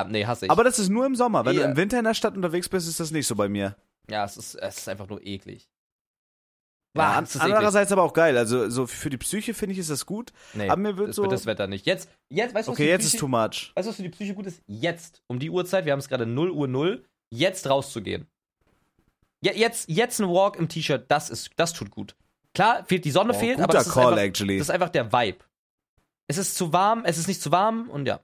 Speaker 2: Ah, nee, hasse ich.
Speaker 1: Aber das ist nur im Sommer. Wenn
Speaker 2: Ja.
Speaker 1: du im Winter in der Stadt unterwegs bist, ist das nicht so bei mir.
Speaker 2: ja, es ist, es ist einfach nur eklig.
Speaker 1: Ja,
Speaker 2: Bah,
Speaker 1: an-
Speaker 2: es ist eklig.
Speaker 1: andererseits aber auch geil. Also so für die Psyche finde ich ist das gut.
Speaker 2: Nee,
Speaker 1: aber mir wird
Speaker 2: das
Speaker 1: so-
Speaker 2: wird das Wetter nicht. Jetzt, jetzt, weißt du, was
Speaker 1: Okay,
Speaker 2: die
Speaker 1: jetzt ist
Speaker 2: Psyche-
Speaker 1: too much.
Speaker 2: Weißt du, was für die Psyche gut ist? Jetzt, um die Uhrzeit, wir haben es gerade 0 Uhr 0, jetzt rauszugehen. Je, jetzt, jetzt ein Walk im T-Shirt, das ist, das tut gut. Klar, fehlt die Sonne
Speaker 1: Oh,
Speaker 2: fehlt,
Speaker 1: guter
Speaker 2: aber das ist,
Speaker 1: Call,
Speaker 2: einfach,
Speaker 1: actually.
Speaker 2: das ist einfach der Vibe. Es ist zu warm, es ist nicht zu warm und ja.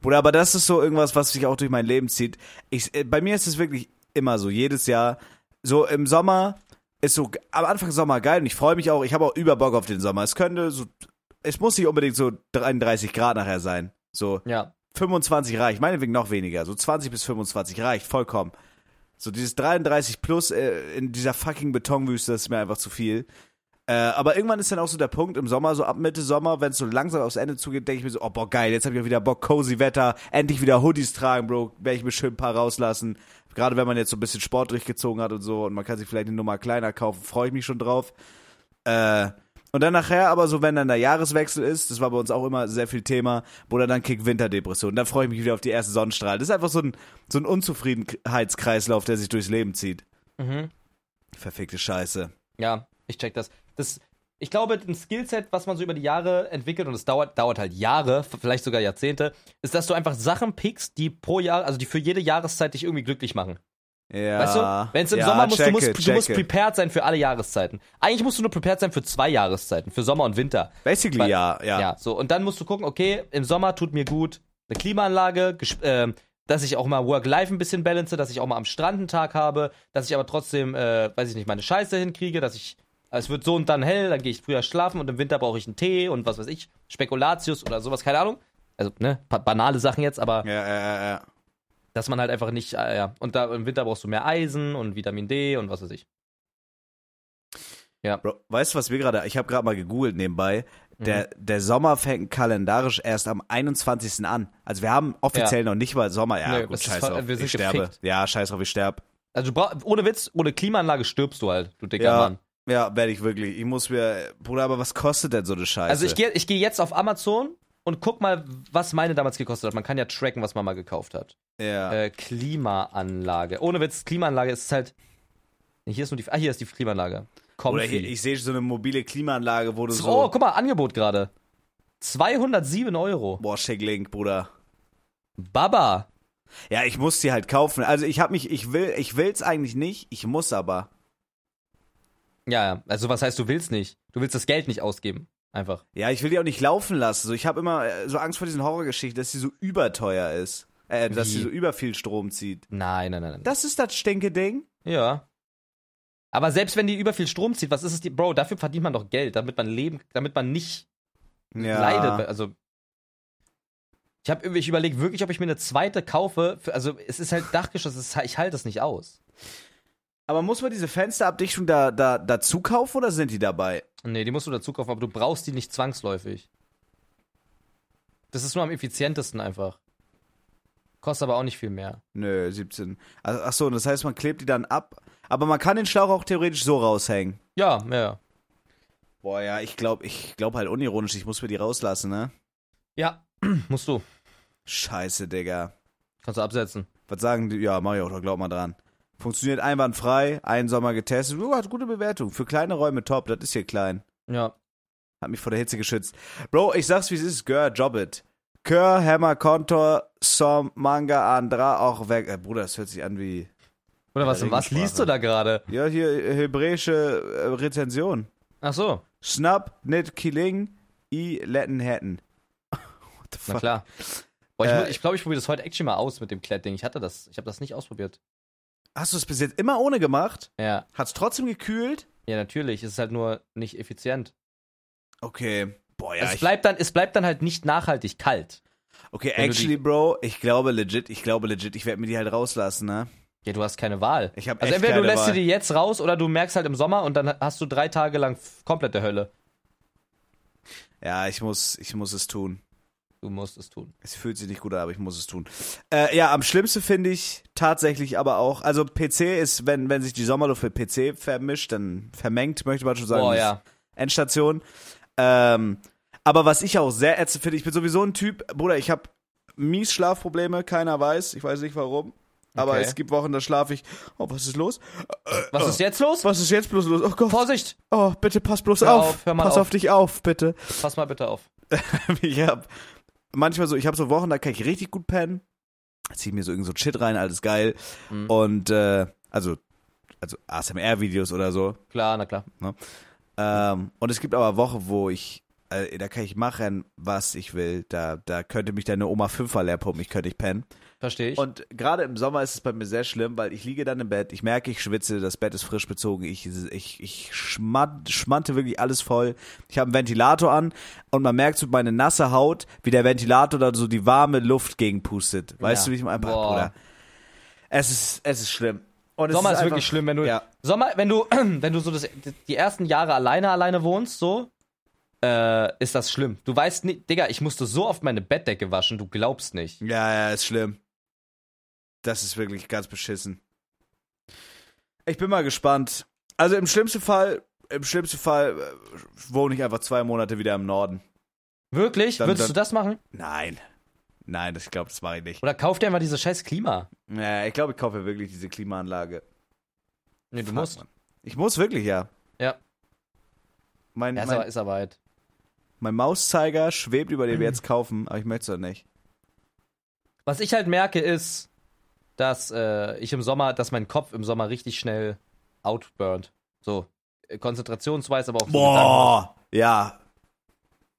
Speaker 1: Bruder, aber das ist so irgendwas, was sich auch durch mein Leben zieht. Ich, äh, bei mir ist es wirklich immer so, jedes Jahr. So im Sommer ist so, g- am Anfang Sommer geil und ich freue mich auch, ich habe auch über Bock auf den Sommer. Es könnte so, es muss nicht unbedingt so 33 Grad nachher sein. So
Speaker 2: Ja.
Speaker 1: 25 reicht, meinetwegen noch weniger. So 20 bis 25 reicht, vollkommen. So dieses 33 plus äh, in dieser fucking Betonwüste, das ist mir einfach zu viel. Äh, aber irgendwann ist dann auch so der Punkt im Sommer, so ab Mitte Sommer, wenn es so langsam aufs Ende zugeht, denke ich mir so, oh boah, geil, jetzt habe ich auch wieder Bock, cozy Wetter, endlich wieder Hoodies tragen, Bro, werde ich mir schön ein paar rauslassen. Gerade wenn man jetzt so ein bisschen Sport durchgezogen hat und so und man kann sich vielleicht eine Nummer kleiner kaufen, freue ich mich schon drauf. Äh, und dann nachher aber so, wenn dann der Jahreswechsel ist, das war bei uns auch immer sehr viel Thema, Bruder, dann kick Winterdepression. Dann freue ich mich wieder auf die ersten Sonnenstrahlen. Das ist einfach so ein, so ein Unzufriedenheitskreislauf, der sich durchs Leben zieht.
Speaker 2: Mhm.
Speaker 1: Verfickte Scheiße.
Speaker 2: Ja, ich check das. das ich glaube, ein Skillset, was man so über die Jahre entwickelt, und es dauert, dauert halt Jahre, f- vielleicht sogar Jahrzehnte, ist, dass du einfach Sachen pickst, die pro Jahr, also die für jede Jahreszeit dich irgendwie glücklich machen.
Speaker 1: Ja.
Speaker 2: Weißt du, wenn es im
Speaker 1: Ah, ja,
Speaker 2: Sommer musst, du
Speaker 1: checke,
Speaker 2: musst, du
Speaker 1: checke.
Speaker 2: musst prepared sein für alle Jahreszeiten. Eigentlich musst du nur prepared sein für zwei Jahreszeiten, für Sommer und Winter.
Speaker 1: Basically,
Speaker 2: Weil-
Speaker 1: ja, ja.
Speaker 2: Ja. so. Und dann musst du gucken, okay, im Sommer tut mir gut eine Klimaanlage, gesp- ähm, dass ich auch mal Work-Life ein bisschen balance, dass ich auch mal am Strand einen Tag habe, dass ich aber trotzdem, äh, weiß ich nicht, meine Scheiße hinkriege, dass ich, also es wird so und dann hell, dann gehe ich früher schlafen und im Winter brauche ich einen Tee und was weiß ich, Spekulatius oder sowas, keine Ahnung. Also, ne, pa- banale Sachen jetzt, aber
Speaker 1: Ja, ja, ja, ja.
Speaker 2: dass man halt einfach nicht, äh, ja, und da im Winter brauchst du mehr Eisen und Vitamin D und was weiß ich.
Speaker 1: Bro, weißt du, was wir gerade, ich habe gerade mal gegoogelt nebenbei. Der,
Speaker 2: Mhm.
Speaker 1: der Sommer fängt kalendarisch erst am 21. an. Also wir haben offiziell noch nicht mal Sommer. Ja,
Speaker 2: Nö,
Speaker 1: gut,
Speaker 2: es ist
Speaker 1: scheiß
Speaker 2: voll-
Speaker 1: drauf.
Speaker 2: wir sind
Speaker 1: Ich sterbe.
Speaker 2: gefickt.
Speaker 1: Ja, scheiß drauf, ich sterbe.
Speaker 2: Also, du brauch, ohne Witz, ohne Klimaanlage stirbst du halt, du dicker
Speaker 1: Ja,
Speaker 2: Mann.
Speaker 1: Ja, werde ich wirklich. Ich muss mir. Bruder, aber was kostet denn so eine Scheiße?
Speaker 2: Also ich gehe ich geh jetzt auf Amazon und guck mal, was meine damals gekostet hat. Man kann ja tracken, was man mal gekauft hat.
Speaker 1: Ja.
Speaker 2: Äh, Klimaanlage. Ohne Witz, Klimaanlage ist halt. Hier ist nur die. Ah, hier ist die Klimaanlage. Kommt.
Speaker 1: Oder hier, ich sehe so eine mobile Klimaanlage, wo du
Speaker 2: Oh,
Speaker 1: so.
Speaker 2: guck mal, Angebot gerade. 207 Euro.
Speaker 1: Boah, Schicklink, Bruder.
Speaker 2: Baba.
Speaker 1: Ja, ich muss die halt kaufen. Also ich hab mich, ich will, ich will's eigentlich nicht, ich muss aber.
Speaker 2: Ja, ja. Also, was heißt, du willst nicht? Du willst das Geld nicht ausgeben. Einfach.
Speaker 1: Ja, ich will die auch nicht laufen lassen. So, ich habe immer äh, so Angst vor diesen Horrorgeschichten, dass sie so überteuer ist. Äh, dass
Speaker 2: Wie?
Speaker 1: sie so über viel Strom zieht.
Speaker 2: Nein, nein, nein. nein.
Speaker 1: Das ist das Stinke-Ding.
Speaker 2: Ja. Aber selbst wenn die über viel Strom zieht, was ist es die. Bro, dafür verdient man doch Geld, damit man leben, damit man nicht
Speaker 1: Ja.
Speaker 2: leidet. Also. Ich habe ich überlege wirklich, ob ich mir eine zweite kaufe. Für, also es ist halt Dachgeschoss, es ist, ich halte das nicht aus.
Speaker 1: Aber muss man diese Fensterabdichtung da, da dazu kaufen oder sind die dabei?
Speaker 2: Nee, die musst du dazu kaufen, aber du brauchst die nicht zwangsläufig. Das ist nur am effizientesten einfach. Kostet aber auch nicht viel mehr.
Speaker 1: Nö, 17. Ach ach so, und das heißt, man klebt die dann ab. Aber man kann den Schlauch auch theoretisch so raushängen.
Speaker 2: Ja, ja, ja.
Speaker 1: Boah, ja, ich glaube ich glaub halt unironisch, ich muss mir die rauslassen, ne?
Speaker 2: Ja, musst du.
Speaker 1: Scheiße, Digga.
Speaker 2: Kannst du absetzen.
Speaker 1: Was sagen die? Ja, mach ich auch, doch, glaub mal dran. Funktioniert einwandfrei, einen Sommer getestet. Uh, hat gute Bewertung. Für kleine Räume top, das ist hier klein.
Speaker 2: Ja.
Speaker 1: Hat mich vor der Hitze geschützt. Bro, ich sag's wie es ist, Gör, Jobbit. Kör, Hammer, Kontor, Som, Manga, Andra, auch weg. Äh, Bruder, das hört sich an wie.
Speaker 2: Oder was,
Speaker 1: Ja,
Speaker 2: was liest du da gerade?
Speaker 1: Ja, hier äh, hebräische äh, Rezension.
Speaker 2: Ach so,
Speaker 1: Schnapp, nit killing, i letten hätten. What the
Speaker 2: na
Speaker 1: fuck?
Speaker 2: klar. Boah, ich
Speaker 1: Äh,
Speaker 2: glaube, ich, glaub, ich probiere das heute actually mal aus mit dem Klettding. Ich hatte das, ich habe das nicht ausprobiert.
Speaker 1: Hast du es bis jetzt immer ohne gemacht?
Speaker 2: Ja,
Speaker 1: Hat's trotzdem gekühlt?
Speaker 2: ja, natürlich. Es ist halt nur nicht effizient.
Speaker 1: Okay. Boah, ja.
Speaker 2: also es
Speaker 1: ich-
Speaker 2: bleibt dann, es bleibt dann halt nicht nachhaltig kalt.
Speaker 1: Okay,
Speaker 2: Wenn du
Speaker 1: actually, Bro, ich glaube legit, ich glaube legit, ich werde mir die halt rauslassen, ne?
Speaker 2: Ja, du hast keine Wahl.
Speaker 1: Ich hab
Speaker 2: also
Speaker 1: echt
Speaker 2: entweder du
Speaker 1: keine
Speaker 2: lässt
Speaker 1: Wahl.
Speaker 2: sie dir jetzt raus oder du merkst halt im Sommer und dann hast du drei Tage lang f- komplette Hölle.
Speaker 1: Ja, ich muss, ich muss es tun.
Speaker 2: Du musst es tun.
Speaker 1: Es fühlt sich nicht gut an, aber ich muss es tun. Äh, ja, am schlimmsten finde ich tatsächlich aber auch, also PC ist, wenn, wenn sich die Sommerluft mit PC vermischt, dann vermengt, möchte man schon sagen.
Speaker 2: Boah,
Speaker 1: ist
Speaker 2: ja.
Speaker 1: Endstation. Ähm, aber was ich auch sehr ätzend finde, ich bin sowieso ein Typ, Bruder, ich habe mies Schlafprobleme, keiner weiß, ich weiß nicht warum. Aber
Speaker 2: Okay.
Speaker 1: es gibt Wochen, da schlafe ich. Oh, was ist los?
Speaker 2: Was ist jetzt los?
Speaker 1: äh, Was ist jetzt bloß los? Oh Gott.
Speaker 2: Vorsicht!
Speaker 1: Oh, bitte pass bloß
Speaker 2: Hör
Speaker 1: auf.
Speaker 2: auf, hör mal
Speaker 1: pass
Speaker 2: auf.
Speaker 1: auf. dich auf, bitte.
Speaker 2: Pass mal bitte auf.
Speaker 1: ich hab manchmal so, ich hab so Wochen, da kann ich richtig gut pennen. Da zieh ich mir so irgend so Shit rein, alles geil.
Speaker 2: Mhm.
Speaker 1: Und äh, also, also ASMR-Videos oder so.
Speaker 2: Klar, na klar.
Speaker 1: Ähm, und es gibt aber Wochen, wo ich, äh, da kann ich machen, was ich will. Da, da könnte mich deine Oma fünfmal leer pumpen, ich könnte nicht pennen.
Speaker 2: Verstehe ich.
Speaker 1: Und gerade im Sommer ist es bei mir sehr schlimm, weil ich liege dann im Bett, ich merke, ich schwitze, das Bett ist frisch bezogen, ich, ich, ich schmat, schmante wirklich alles voll. Ich habe einen Ventilator an und man merkt so meine nasse Haut, wie der Ventilator da so die warme Luft gegenpustet. Weißt
Speaker 2: Ja.
Speaker 1: du, wie ich meine?
Speaker 2: Boah.
Speaker 1: Bruder. Es ist, es ist schlimm. Und es
Speaker 2: Sommer ist,
Speaker 1: einfach-
Speaker 2: wirklich schlimm, wenn du
Speaker 1: Ja.
Speaker 2: Sommer, wenn du wenn du so das, die ersten Jahre alleine alleine wohnst, so äh, ist das schlimm. Du weißt nicht, Digga, ich musste so oft meine Bettdecke waschen, du glaubst nicht.
Speaker 1: Ja, ja, ist schlimm. Das ist wirklich ganz beschissen. Ich bin mal gespannt. Also im schlimmsten Fall, im schlimmsten Fall äh, wohne ich einfach zwei Monate wieder im Norden.
Speaker 2: Wirklich?
Speaker 1: Dann-
Speaker 2: Würdest
Speaker 1: dann-
Speaker 2: du das machen?
Speaker 1: Nein. Nein, das, ich glaube, das mache ich nicht.
Speaker 2: Oder kauf dir mal diese scheiß Klima.
Speaker 1: Ja, ich glaube, ich kaufe wirklich diese Klimaanlage.
Speaker 2: Nee, du
Speaker 1: Fuck,
Speaker 2: musst.
Speaker 1: Mann. Ich muss wirklich, ja.
Speaker 2: Ja.
Speaker 1: Mein,
Speaker 2: Ja, ist aber,
Speaker 1: mein,
Speaker 2: ist aber halt.
Speaker 1: mein Mauszeiger schwebt über dem jetzt kaufen, aber ich möchte es doch nicht.
Speaker 2: Was ich halt merke ist, dass äh, ich im Sommer, dass mein Kopf im Sommer richtig schnell outburnt. So. äh, Konzentrationsweise, aber auch so
Speaker 1: Ja.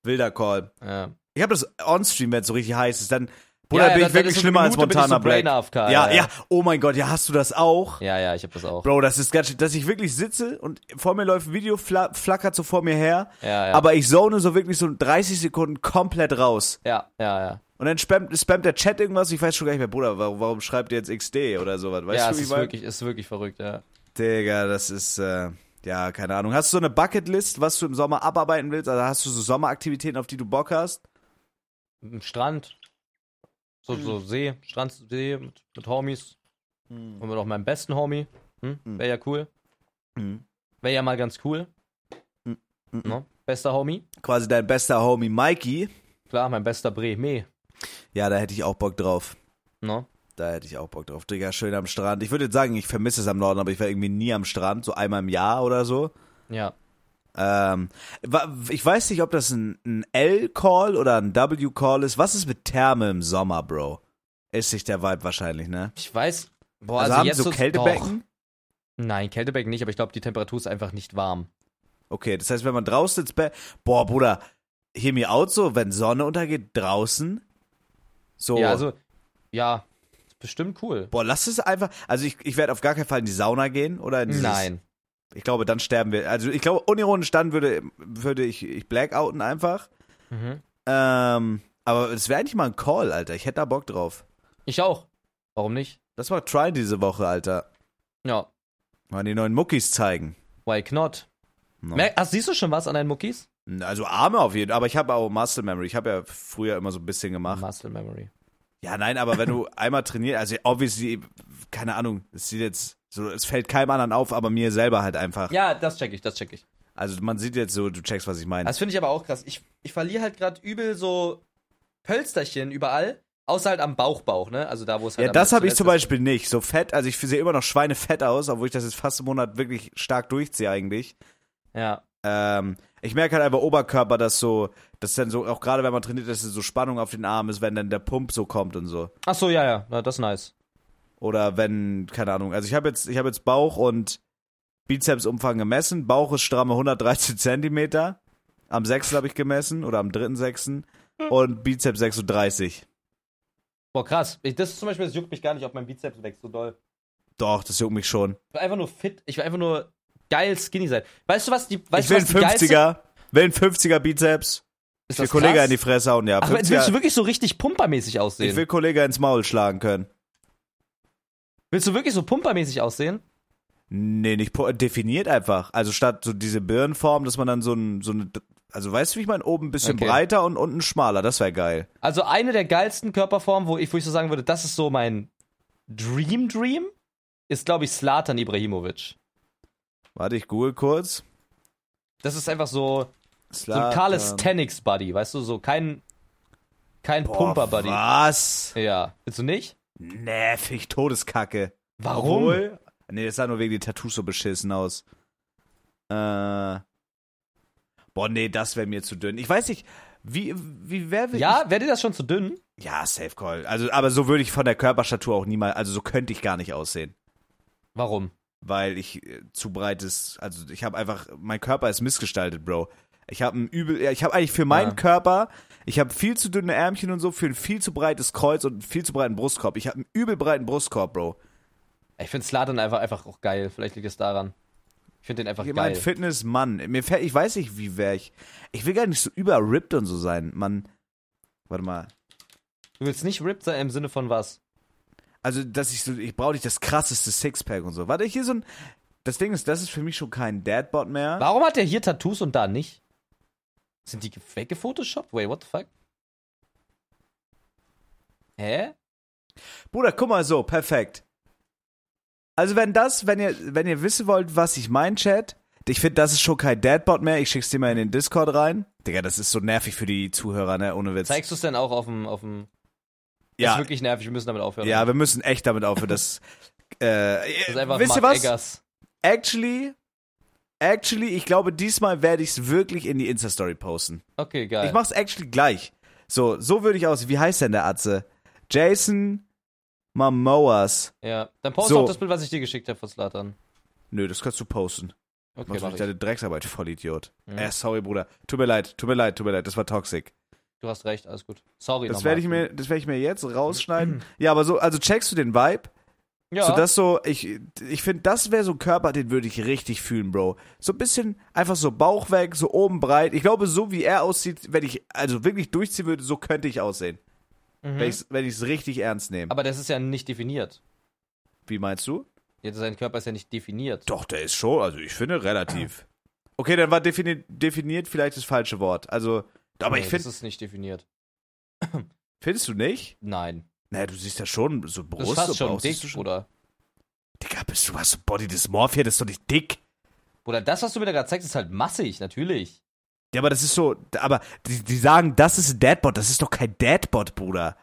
Speaker 1: Wilder Call.
Speaker 2: Gedanken- Ja.
Speaker 1: Ich habe das on-stream, wenn es so richtig heiß ist, dann Bruder, bin ich
Speaker 2: dann
Speaker 1: wirklich
Speaker 2: ist so eine
Speaker 1: schlimmer als
Speaker 2: Minute, bin ich so
Speaker 1: Montana Black.
Speaker 2: Brain AFK,
Speaker 1: Ja, ja, oh mein Gott, ja, hast du das auch?
Speaker 2: Ja, ja, ich hab das auch.
Speaker 1: Bro, das ist ganz schön, dass ich wirklich sitze und vor mir läuft ein Video, fla flackert so vor mir her,
Speaker 2: Ja, ja.
Speaker 1: aber ich zone so wirklich so 30 Sekunden komplett raus.
Speaker 2: ja, ja, ja.
Speaker 1: Und dann spammt, spammt der Chat irgendwas, ich weiß schon gar nicht mehr, Bruder, warum, warum schreibt ihr jetzt XD oder sowas? Weißt
Speaker 2: ja,
Speaker 1: du,
Speaker 2: es
Speaker 1: wie ich
Speaker 2: ist
Speaker 1: mein?
Speaker 2: wirklich, ist wirklich verrückt, ja.
Speaker 1: Digga, das ist, äh, ja, keine Ahnung. Hast du so eine Bucketlist, was du im Sommer abarbeiten willst? Also hast du so Sommeraktivitäten, auf die du Bock hast?
Speaker 2: Im Strand. So,
Speaker 1: Hm.
Speaker 2: so See, Strand, See mit, mit Homies.
Speaker 1: Hm.
Speaker 2: Und mit auch meinem besten Homie. Hm? Wäre ja cool.
Speaker 1: Mhm.
Speaker 2: Wäre ja mal
Speaker 1: Hm.
Speaker 2: ganz cool. Ne? Bester Homie.
Speaker 1: Quasi dein bester Homie Mikey.
Speaker 2: Klar, mein bester Bre, Ne? meh.
Speaker 1: Ja, da hätte ich auch Bock drauf.
Speaker 2: No?
Speaker 1: Da hätte ich auch Bock drauf. Digga, schön am Strand. Ich würde jetzt sagen, ich vermisse es am Norden, aber ich war irgendwie nie am Strand, so einmal im Jahr oder so.
Speaker 2: Ja.
Speaker 1: Ähm, wa- ich weiß nicht, ob das ein, ein L-Call oder ein W-Call ist. Was ist mit Therme im Sommer, Bro? Ist sich der Vibe wahrscheinlich, ne?
Speaker 2: Ich weiß. Boah,
Speaker 1: also,
Speaker 2: also,
Speaker 1: haben
Speaker 2: jetzt
Speaker 1: so
Speaker 2: ist-
Speaker 1: Kältebecken?
Speaker 2: Doch. Nein, Kältebecken nicht, aber ich glaube, die Temperatur ist einfach nicht warm.
Speaker 1: Okay, das heißt, wenn man draußen ins Bett. Boah, Bruder, hear me out so, wenn Sonne untergeht, draußen. So.
Speaker 2: Ja, also, ja, ist bestimmt cool.
Speaker 1: boah, lass es einfach. Also ich, ich werde auf gar keinen Fall in die Sauna gehen oder in dieses,
Speaker 2: Nein.
Speaker 1: Ich glaube, dann sterben wir. Also ich glaube, unironisch dann würde, würde ich, ich blackouten einfach.
Speaker 2: Mhm.
Speaker 1: Ähm, aber es wäre eigentlich mal ein Call, Alter. Ich hätte da Bock drauf.
Speaker 2: Ich auch. Warum nicht?
Speaker 1: Das war Try diese Woche, Alter.
Speaker 2: Ja,
Speaker 1: Mal die neuen Muckis zeigen.
Speaker 2: why not?
Speaker 1: No.
Speaker 2: Mer- Ach, siehst du schon was an deinen Muckis?
Speaker 1: Also Arme auf jeden Fall, aber ich habe auch Muscle Memory. Ich habe ja früher immer so ein bisschen gemacht.
Speaker 2: Muscle Memory.
Speaker 1: Ja, nein, aber wenn du einmal trainierst, also obviously, keine Ahnung, es sieht jetzt so, es fällt keinem anderen auf, aber mir selber halt einfach.
Speaker 2: Ja, das check ich, das check ich.
Speaker 1: Also man sieht jetzt so, du checkst, was ich meine.
Speaker 2: Das finde ich aber auch krass. Ich, ich verliere halt gerade übel so Pölsterchen überall, außer halt am Bauchbauch, ne? Also da, wo es halt
Speaker 1: Ja,
Speaker 2: am
Speaker 1: das habe ich
Speaker 2: zuletzt
Speaker 1: zum
Speaker 2: ist.
Speaker 1: Beispiel nicht. So fett, also ich sehe immer noch schweinefett aus, obwohl ich das jetzt fast einen Monat wirklich stark durchziehe eigentlich.
Speaker 2: Ja.
Speaker 1: Ähm, ich merke halt einfach Oberkörper, dass so, dass dann so, auch gerade wenn man trainiert, dass so Spannung auf den Arm ist, wenn dann der Pump so kommt und so.
Speaker 2: Ach so, ja, ja, Na, das ist nice.
Speaker 1: Oder wenn, keine Ahnung, also ich habe jetzt, ich habe jetzt Bauch und Bizepsumfang gemessen. Bauch ist stramme 113 Zentimeter. Am 6. habe ich gemessen oder am 3.6. Und Bizeps 36.
Speaker 2: Boah, krass. Ich, das zum Beispiel, das juckt mich gar nicht, ob mein Bizeps wächst so doll.
Speaker 1: Doch, das juckt mich schon.
Speaker 2: Ich will einfach nur fit, ich will einfach nur geil skinny sein. Weißt du was, die, weißt
Speaker 1: ich
Speaker 2: du
Speaker 1: will
Speaker 2: was
Speaker 1: einen 50er. Will einen 50er Bizeps. Ich
Speaker 2: ist
Speaker 1: will Kollege in die Fresse hauen, ja.
Speaker 2: Ach, aber jetzt willst du
Speaker 1: 50er,
Speaker 2: wirklich so richtig pumpermäßig aussehen?
Speaker 1: ich will Kollege ins Maul schlagen können.
Speaker 2: willst du wirklich so pumpermäßig aussehen?
Speaker 1: Nee, nicht po- definiert einfach. Also statt so diese Birnenform, dass man dann so ein, so eine, also weißt du, wie ich meine, oben ein bisschen
Speaker 2: Okay.
Speaker 1: breiter und unten schmaler. Das wäre geil.
Speaker 2: Also eine der geilsten Körperformen, wo ich, wo ich so sagen würde, das ist so mein Dream Dream, ist glaube ich Slatan Ibrahimovic.
Speaker 1: Warte, ich google kurz.
Speaker 2: Das ist einfach so, so
Speaker 1: Slatan.
Speaker 2: ein Calisthenics Buddy, weißt du, so kein kein
Speaker 1: Boah,
Speaker 2: Pumper Buddy.
Speaker 1: Was?
Speaker 2: Ja, willst du nicht?
Speaker 1: Nervig, Todeskacke.
Speaker 2: Warum?
Speaker 1: Obwohl- Nee, das sah nur wegen den Tattoos so beschissen aus. Äh. Boah, nee, das wäre mir zu dünn. Ich weiß nicht, wie, wie wäre
Speaker 2: Ja, wäre dir das schon zu dünn?
Speaker 1: Ich? Ja, Safe Call. Also, aber so würde ich von der Körperstatur auch niemals, also so könnte ich gar nicht aussehen.
Speaker 2: Warum?
Speaker 1: Weil ich äh, zu breites, also ich habe einfach, mein Körper ist missgestaltet, Bro. Ich habe ein übel, ja, ich habe eigentlich für meinen
Speaker 2: Ja.
Speaker 1: Körper, ich habe viel zu dünne Ärmchen und so, für ein viel zu breites Kreuz und einen viel zu breiten Brustkorb. Ich habe einen übel breiten Brustkorb, Bro.
Speaker 2: Ich finde Slatan einfach einfach auch geil, vielleicht liegt es daran. Ich finde den einfach
Speaker 1: Ich mein
Speaker 2: geil.
Speaker 1: Fitnessmann. Mir fällt, ich weiß nicht, wie wär ich. Ich will gar nicht so überrippt und so sein, Mann. Warte mal.
Speaker 2: Du willst nicht ripped sein im Sinne von was?
Speaker 1: Also, dass ich so, ich brauche nicht das krasseste Sixpack und so. Warte, hier so ein. Das Ding ist, das ist für mich schon kein Dadbot mehr.
Speaker 2: Warum hat er hier Tattoos und da nicht? Sind die weggefotoshoppt? Wait, what the fuck? Hä?
Speaker 1: Bruder, guck mal so, perfekt. Also, wenn das, wenn ihr, wenn ihr wissen wollt, was ich mein, Chat, ich finde, das ist schon kein Dadbot mehr. Ich schick's dir mal in den Discord rein. Digga, das ist so nervig für die Zuhörer, ne? Ohne Witz.
Speaker 2: Zeigst du es denn auch auf dem, auf dem. Ist
Speaker 1: ja,
Speaker 2: wirklich nervig, wir müssen damit aufhören.
Speaker 1: ja, wir müssen echt damit aufhören, dass. Äh,
Speaker 2: das ist einfach
Speaker 1: wisst ihr
Speaker 2: Mark
Speaker 1: was?
Speaker 2: Eggers.
Speaker 1: Actually, actually, ich glaube, diesmal werde ich es wirklich in die Insta-Story posten.
Speaker 2: Okay, geil.
Speaker 1: Ich mach's actually gleich. So, so würde ich aus. Wie heißt denn der Atze? Jason Momoas.
Speaker 2: ja. Dann poste
Speaker 1: So.
Speaker 2: auch das Bild, was ich dir geschickt habe von Slatan.
Speaker 1: Nö, das kannst du posten. Machst
Speaker 2: Okay,
Speaker 1: du
Speaker 2: mach
Speaker 1: nicht
Speaker 2: ich.
Speaker 1: deine Drecksarbeit, Vollidiot.
Speaker 2: Mhm.
Speaker 1: Äh, sorry, Bruder. Tut mir leid, tut mir leid, tut mir leid. Das war toxic.
Speaker 2: Du hast recht, alles gut. Sorry,
Speaker 1: Das
Speaker 2: nochmal.
Speaker 1: werde ich mir, das werde ich mir jetzt rausschneiden. Ja, aber so, also checkst du den Vibe?
Speaker 2: Mhm. Ja,
Speaker 1: So, das so, ich, ich finde, das wäre so ein Körper, den würde ich richtig fühlen, Bro. So ein bisschen einfach so Bauch weg, so oben breit. Ich glaube, so wie er aussieht, wenn ich also wirklich durchziehen würde, so könnte ich aussehen.
Speaker 2: Mhm.
Speaker 1: Wenn ich es richtig ernst nehme.
Speaker 2: aber das ist ja nicht definiert.
Speaker 1: Wie meinst du?
Speaker 2: Jetzt, sein Körper ist ja nicht definiert.
Speaker 1: Doch, der ist schon, also ich finde, relativ. Okay, dann war definiert, definiert vielleicht das falsche Wort. Also, aber
Speaker 2: Nee,
Speaker 1: ich finde,
Speaker 2: Das ist nicht definiert.
Speaker 1: findest du nicht?
Speaker 2: Nein.
Speaker 1: Naja, du siehst ja schon so
Speaker 2: Das
Speaker 1: Brust,
Speaker 2: ist fast
Speaker 1: so
Speaker 2: schon
Speaker 1: Brust,
Speaker 2: dick,
Speaker 1: siehst du schon.
Speaker 2: Bruder.
Speaker 1: Digga, bist du, hast du Body Dysmorphia, das ist doch nicht dick.
Speaker 2: Bruder, das, was du mir da gerade zeigst, ist halt massig, natürlich.
Speaker 1: Ja, aber das ist so, aber die, die sagen, das ist ein Deadbot, das ist doch kein Deadbot, Bruder.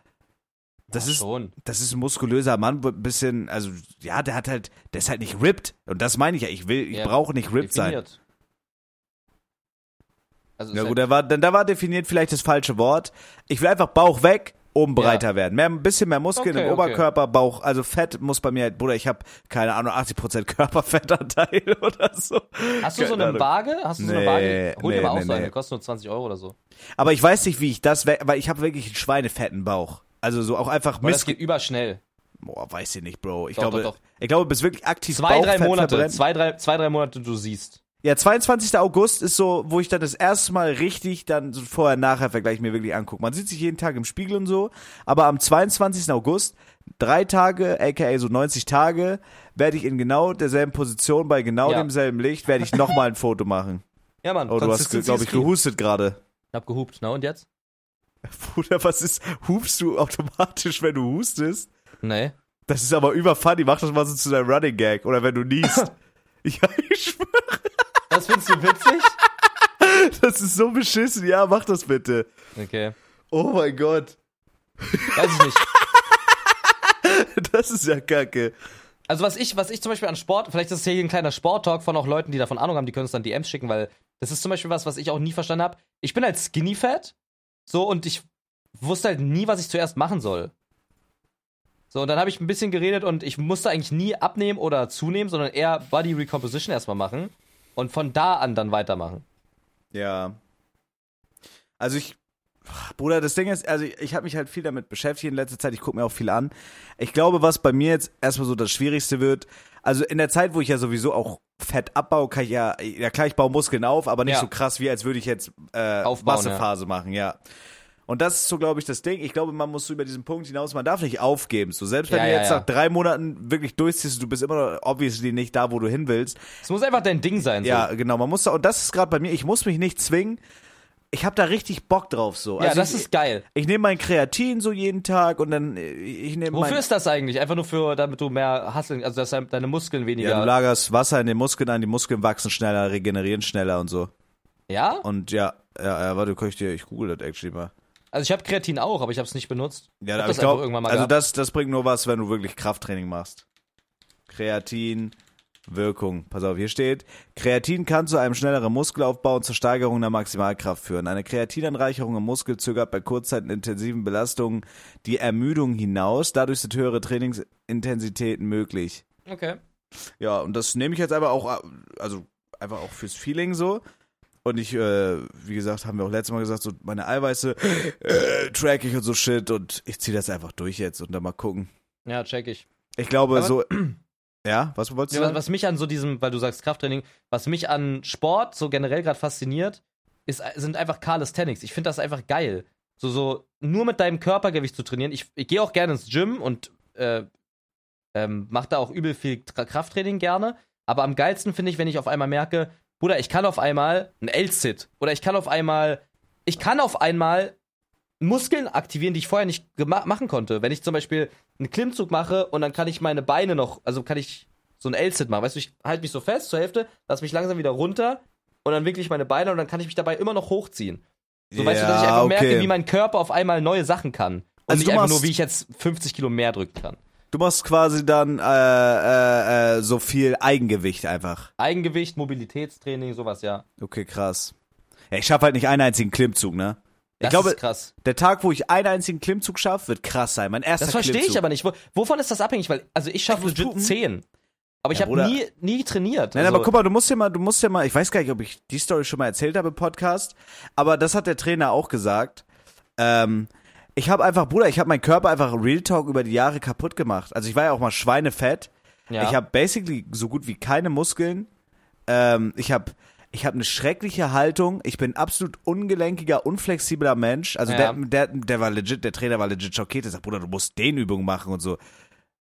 Speaker 1: Das ist,
Speaker 2: schon.
Speaker 1: das ist ein muskulöser Mann, wo ein bisschen, also ja, der hat halt, der ist halt nicht ripped. Und das meine ich ja, ich will, ich
Speaker 2: Ja,
Speaker 1: brauche nicht ripped sein.
Speaker 2: Definiert. Also
Speaker 1: Ja
Speaker 2: ist
Speaker 1: gut,
Speaker 2: halt,
Speaker 1: da war, dann, da war definiert vielleicht das falsche Wort. Ich will einfach Bauch weg, oben
Speaker 2: Ja.
Speaker 1: breiter werden. Mehr, ein bisschen mehr Muskeln
Speaker 2: Okay,
Speaker 1: im
Speaker 2: okay.
Speaker 1: Oberkörper, Bauch, also Fett muss bei mir halt, Bruder, ich habe, keine Ahnung, 80% Körperfettanteil oder so.
Speaker 2: hast du so
Speaker 1: Keine
Speaker 2: eine
Speaker 1: Ahnung.
Speaker 2: Waage? Hast du so eine
Speaker 1: Nee,
Speaker 2: Waage? Hol dir
Speaker 1: nee,
Speaker 2: mal auch
Speaker 1: nee,
Speaker 2: so eine,
Speaker 1: nee.
Speaker 2: kostet nur 20 Euro oder so.
Speaker 1: Aber ich weiß nicht, wie ich das, we- weil ich habe wirklich einen schweinefetten Bauch. Also so auch einfach
Speaker 2: Weil das
Speaker 1: Mist.
Speaker 2: geht überschnell.
Speaker 1: Boah, weiß ich nicht, Bro. Ich
Speaker 2: Doch,
Speaker 1: glaube,
Speaker 2: doch, doch.
Speaker 1: ich glaube, bis wirklich aktiv
Speaker 2: Zwei, drei
Speaker 1: Bauchfett
Speaker 2: Monate,
Speaker 1: verbrennt.
Speaker 2: zwei drei, zwei, drei Monate, du siehst.
Speaker 1: Ja, 22. August ist so, wo ich dann das erste Mal richtig dann so Vorher-Nachher-Vergleich mir wirklich angucke. Man sieht sich jeden Tag im Spiegel und so, aber am 22. August, drei Tage, aka so 90 Tage, werde ich in genau derselben Position, bei genau
Speaker 2: Ja.
Speaker 1: demselben Licht, werde ich nochmal ein Foto machen.
Speaker 2: Ja, Mann.
Speaker 1: Oh, du hast,
Speaker 2: Consistency
Speaker 1: glaube
Speaker 2: is
Speaker 1: ich,
Speaker 2: key.
Speaker 1: gehustet gerade.
Speaker 2: Ich hab gehupt. Na und jetzt?
Speaker 1: Bruder, was ist, hufst du automatisch, wenn du hustest?
Speaker 2: Nee.
Speaker 1: Das ist aber überfunny, mach das mal so zu deinem Running Gag oder wenn du niest. ja, ich schwöre,
Speaker 2: Das findest du witzig?
Speaker 1: das ist so beschissen. Ja, mach das bitte.
Speaker 2: Okay.
Speaker 1: Oh mein Gott.
Speaker 2: Weiß ich nicht.
Speaker 1: Das ist ja kacke.
Speaker 2: Also was ich, was ich zum Beispiel an Sport, vielleicht ist es hier ein kleiner Sporttalk von auch Leuten, die davon Ahnung haben, die können uns dann DMs schicken, weil das ist zum Beispiel was, was ich auch nie verstanden habe. Ich bin halt skinny fat, so und ich wusste halt nie, was ich zuerst machen soll. So, und dann habe ich ein bisschen geredet und ich musste eigentlich nie abnehmen oder zunehmen, sondern eher Body Recomposition erstmal machen und von da an dann weitermachen.
Speaker 1: Ja. Also ich. Bruder, das Ding ist, also ich, ich habe mich halt viel damit beschäftigt in letzter Zeit. Ich gucke mir auch viel an. Ich glaube, was bei mir jetzt erstmal so das Schwierigste wird, also in der Zeit, wo ich ja sowieso auch Fett abbaue, kann ich ja, ja klar, ich baue Muskeln auf, aber nicht
Speaker 2: Ja.
Speaker 1: so krass, wie als würde ich jetzt äh,
Speaker 2: Aufbauen,
Speaker 1: Massephase machen, ja. Und das ist so, glaube ich, das Ding. Ich glaube, man muss so über diesen Punkt hinaus, man darf nicht aufgeben. So, selbst wenn
Speaker 2: Ja,
Speaker 1: du
Speaker 2: ja,
Speaker 1: jetzt
Speaker 2: ja.
Speaker 1: nach drei Monaten wirklich durchziehst, du bist immer noch obviously nicht da, wo du hin willst,
Speaker 2: Es muss einfach dein Ding sein. So.
Speaker 1: ja, genau. Man muss da, und das ist gerade bei mir, ich muss mich nicht zwingen. Ich habe da richtig Bock drauf so.
Speaker 2: ja
Speaker 1: Also
Speaker 2: das
Speaker 1: ich,
Speaker 2: ist geil.
Speaker 1: Ich nehme mein Kreatin so jeden Tag und dann äh, ich nehme mein.
Speaker 2: Wofür ist das eigentlich? Einfach nur für, damit du mehr hustlen, also dass deine Muskeln weniger.
Speaker 1: ja, du lagerst Wasser in den Muskeln ein, die Muskeln wachsen schneller, regenerieren schneller und so.
Speaker 2: ja?
Speaker 1: Und ja, ja, ja warte, kann ich dir, ich google das actually mal.
Speaker 2: Also ich habe Kreatin auch, aber ich habe es nicht benutzt.
Speaker 1: Ja,
Speaker 2: hab
Speaker 1: aber
Speaker 2: das
Speaker 1: ich glaube,
Speaker 2: einfach irgendwann mal
Speaker 1: also
Speaker 2: gehabt.
Speaker 1: das, das bringt nur was, wenn du wirklich Krafttraining machst. Kreatin, Wirkung. Pass auf, hier steht, Kreatin kann zu einem schnelleren Muskelaufbau und zur Steigerung der Maximalkraft führen. Eine Kreatinanreicherung im Muskel zögert bei kurzzeitig intensiven Belastungen die Ermüdung hinaus. Dadurch sind höhere Trainingsintensitäten möglich.
Speaker 2: Okay.
Speaker 1: Ja, und das nehme ich jetzt aber auch, also einfach auch fürs Feeling so. Und ich, äh, wie gesagt, haben wir auch letztes Mal gesagt, so meine Eiweiße äh, track ich und so Shit und ich ziehe das einfach durch jetzt und dann mal gucken.
Speaker 2: Ja, check ich.
Speaker 1: Ich glaube
Speaker 2: Aber-
Speaker 1: so, ja, was wolltest du
Speaker 2: Was,
Speaker 1: sagen?
Speaker 2: was mich an so diesem, weil du sagst Krafttraining, was mich an Sport so generell gerade fasziniert, ist, äh, sind einfach Calisthenics. Ich finde das einfach geil. So, so nur mit deinem Körpergewicht zu trainieren. Ich, ich gehe auch gerne ins Gym und äh, ähm, mache da auch übel viel Tra- Krafttraining gerne. Aber am geilsten finde ich, wenn ich auf einmal merke, Bruder, ich kann auf einmal ein L-Sit oder ich kann auf einmal, ich kann auf einmal Muskeln aktivieren, die ich vorher nicht gema- machen konnte. Wenn ich zum Beispiel einen Klimmzug mache und dann kann ich meine Beine noch, also kann ich so ein L-Sit machen. Weißt du, ich halte mich so fest zur Hälfte, lass mich langsam wieder runter und dann winkle ich meine Beine und dann kann ich mich dabei immer noch hochziehen. So weißt du, dass ich
Speaker 1: Ja,
Speaker 2: einfach merke,
Speaker 1: okay.
Speaker 2: wie mein Körper auf einmal neue Sachen kann. Und
Speaker 1: Also
Speaker 2: nicht
Speaker 1: du
Speaker 2: einfach
Speaker 1: machst-
Speaker 2: nur, wie ich jetzt 50 Kilo mehr drücken kann.
Speaker 1: Du machst quasi dann äh, äh, äh, so viel Eigengewicht einfach.
Speaker 2: Eigengewicht, Mobilitätstraining, sowas, ja.
Speaker 1: Okay, krass. Ja, ich schaffe halt nicht einen einzigen Klimmzug, ne? Ich
Speaker 2: Das
Speaker 1: glaube,
Speaker 2: ist krass.
Speaker 1: der Tag, wo ich einen einzigen Klimmzug schaffe, wird krass sein. Mein erster
Speaker 2: Das verstehe
Speaker 1: Klimmzug.
Speaker 2: ich aber nicht. Wo, wovon ist das abhängig? Weil, also ich schaffe
Speaker 1: muss
Speaker 2: legit
Speaker 1: pupen.
Speaker 2: 10. Aber ich
Speaker 1: Ja,
Speaker 2: habe
Speaker 1: Bruder.
Speaker 2: nie, nie trainiert.
Speaker 1: Nein,
Speaker 2: also,
Speaker 1: aber guck mal, du musst ja mal, du musst ja mal, ich weiß gar nicht, ob ich die Story schon mal erzählt habe im Podcast, aber das hat der Trainer auch gesagt. Ähm, ich habe einfach, Bruder, ich habe meinen Körper einfach Real Talk über die Jahre kaputt gemacht. Also ich war ja auch mal schweinefett.
Speaker 2: ja.
Speaker 1: Ich habe basically so gut wie keine Muskeln. Ähm, ich habe ich hab eine schreckliche Haltung. Ich bin absolut ungelenkiger, unflexibler Mensch. Also
Speaker 2: Ja.
Speaker 1: der, der, der war legit, der Trainer war legit schockiert. Er sagt, Bruder, du musst Dehnübungen machen und so.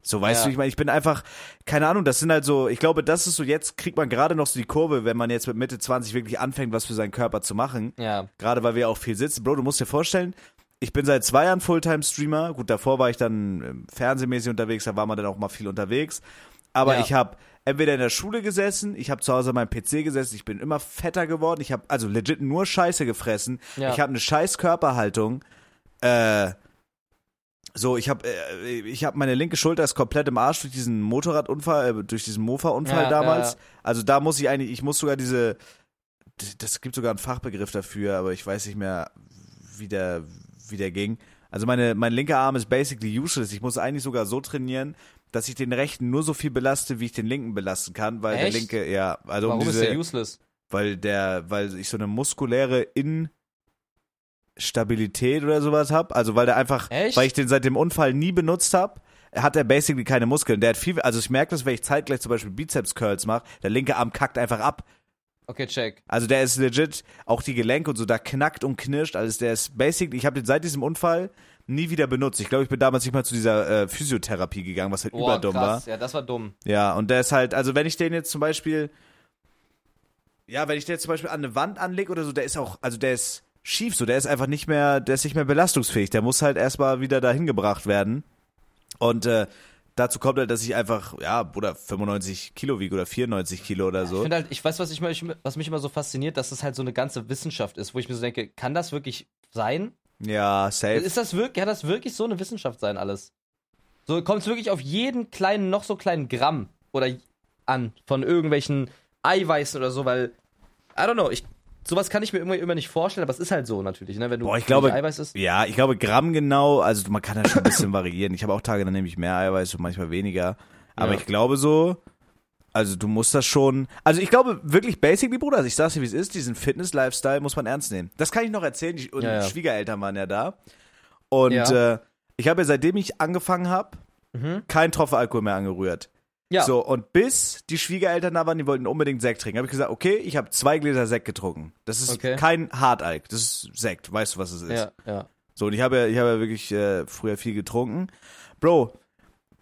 Speaker 1: So, weißt
Speaker 2: Ja.
Speaker 1: du, ich meine, ich bin einfach, keine Ahnung, das sind halt so, ich glaube, das ist so, jetzt kriegt man gerade noch so die Kurve, wenn man jetzt mit Mitte 20 wirklich anfängt, was für seinen Körper zu machen.
Speaker 2: ja.
Speaker 1: Gerade weil wir auch viel sitzen. Bro, du musst dir vorstellen, ich bin seit zwei Jahren Fulltime-Streamer. Gut, davor war ich dann ähm, fernsehmäßig unterwegs, da war man dann auch mal viel unterwegs. Aber
Speaker 2: Ja.
Speaker 1: ich habe entweder in der Schule gesessen, ich habe zu Hause an meinem PC gesessen, ich bin immer fetter geworden, ich habe also legit nur Scheiße gefressen,
Speaker 2: Ja.
Speaker 1: ich habe eine scheiß Körperhaltung. Äh, so, ich habe äh, ich habe meine linke Schulter ist komplett im Arsch durch diesen Motorradunfall, äh, durch diesen Mofa-Unfall
Speaker 2: Ja,
Speaker 1: damals.
Speaker 2: ja,
Speaker 1: Also da muss ich eigentlich, ich muss sogar diese, d- das gibt sogar einen Fachbegriff dafür, aber ich weiß nicht mehr, wie der, wie der ging. Also meine, mein linker Arm ist basically useless. Ich muss eigentlich sogar so trainieren, dass ich den rechten nur so viel belaste, wie ich den linken belasten kann, weil der
Speaker 2: Echt?
Speaker 1: linke, ja, also
Speaker 2: Warum
Speaker 1: um
Speaker 2: ist
Speaker 1: diese,
Speaker 2: der useless?
Speaker 1: weil der, weil ich so eine muskuläre Instabilität oder sowas habe. Also weil der einfach,
Speaker 2: Echt?
Speaker 1: weil ich den seit dem Unfall nie benutzt habe, hat er basically keine Muskeln. Der hat viel, also ich merke das, wenn ich zeitgleich zum Beispiel Bizeps Curls mache, der linke Arm kackt einfach ab.
Speaker 2: Okay, check.
Speaker 1: Also der ist legit, auch die Gelenke und so, da knackt und knirscht. Also der ist basically, ich habe den seit diesem Unfall nie wieder benutzt. Ich glaube, ich bin damals nicht mal zu dieser äh, Physiotherapie gegangen, was halt
Speaker 2: Boah,
Speaker 1: überdumm war.
Speaker 2: krass. Ja, das war dumm.
Speaker 1: Ja, und der ist halt, also wenn ich den jetzt zum Beispiel, ja, wenn ich den jetzt zum Beispiel an eine Wand anlege oder so, der ist auch, also der ist schief so, der ist einfach nicht mehr, der ist nicht mehr belastungsfähig, der muss halt erstmal wieder dahin gebracht werden. Und äh, dazu kommt halt, dass ich einfach, ja, oder 95 Kilo wiege oder 94 Kilo oder
Speaker 2: Ich
Speaker 1: so.
Speaker 2: finde halt, ich weiß, was, ich, mir- was mich immer so fasziniert, dass das halt so eine ganze Wissenschaft ist, wo ich mir so denke, kann das wirklich sein?
Speaker 1: Ja, safe.
Speaker 2: Ist das wirklich, kann das wirklich so eine Wissenschaft sein, alles? So kommt es wirklich auf jeden kleinen, noch so kleinen Gramm oder j- an von irgendwelchen Eiweißen oder so, weil, I don't know, ich, sowas kann ich mir immer, immer nicht vorstellen, aber es ist halt so natürlich, ne, wenn du
Speaker 1: Boah, ich glaube-
Speaker 2: wenig Eiweiß isst.
Speaker 1: Ja, ich glaube, Gramm genau, also man kann da schon ein bisschen variieren. Ich habe auch Tage, da nehme ich mehr Eiweiß und manchmal weniger. Aber
Speaker 2: Ja.
Speaker 1: ich glaube so, also du musst das schon, also ich glaube wirklich basically, Bruder, also ich sag's dir, wie es ist, diesen Fitness-Lifestyle muss man ernst nehmen. Das kann ich noch erzählen, die und
Speaker 2: Ja, ja.
Speaker 1: Schwiegereltern waren ja da. Und
Speaker 2: Ja.
Speaker 1: äh, ich habe ja, seitdem ich angefangen habe,
Speaker 2: Mhm.
Speaker 1: keinen Tropfen Alkohol mehr angerührt.
Speaker 2: Ja,
Speaker 1: So, und bis die Schwiegereltern da waren, die wollten unbedingt Sekt trinken. Habe ich gesagt, okay, ich habe zwei Gläser Sekt getrunken. Das ist
Speaker 2: Okay.
Speaker 1: kein Hartalk, das ist Sekt, weißt du, was es ist.
Speaker 2: ja, ja.
Speaker 1: So, und ich habe ja, ich habe ja wirklich äh, früher viel getrunken. Bro,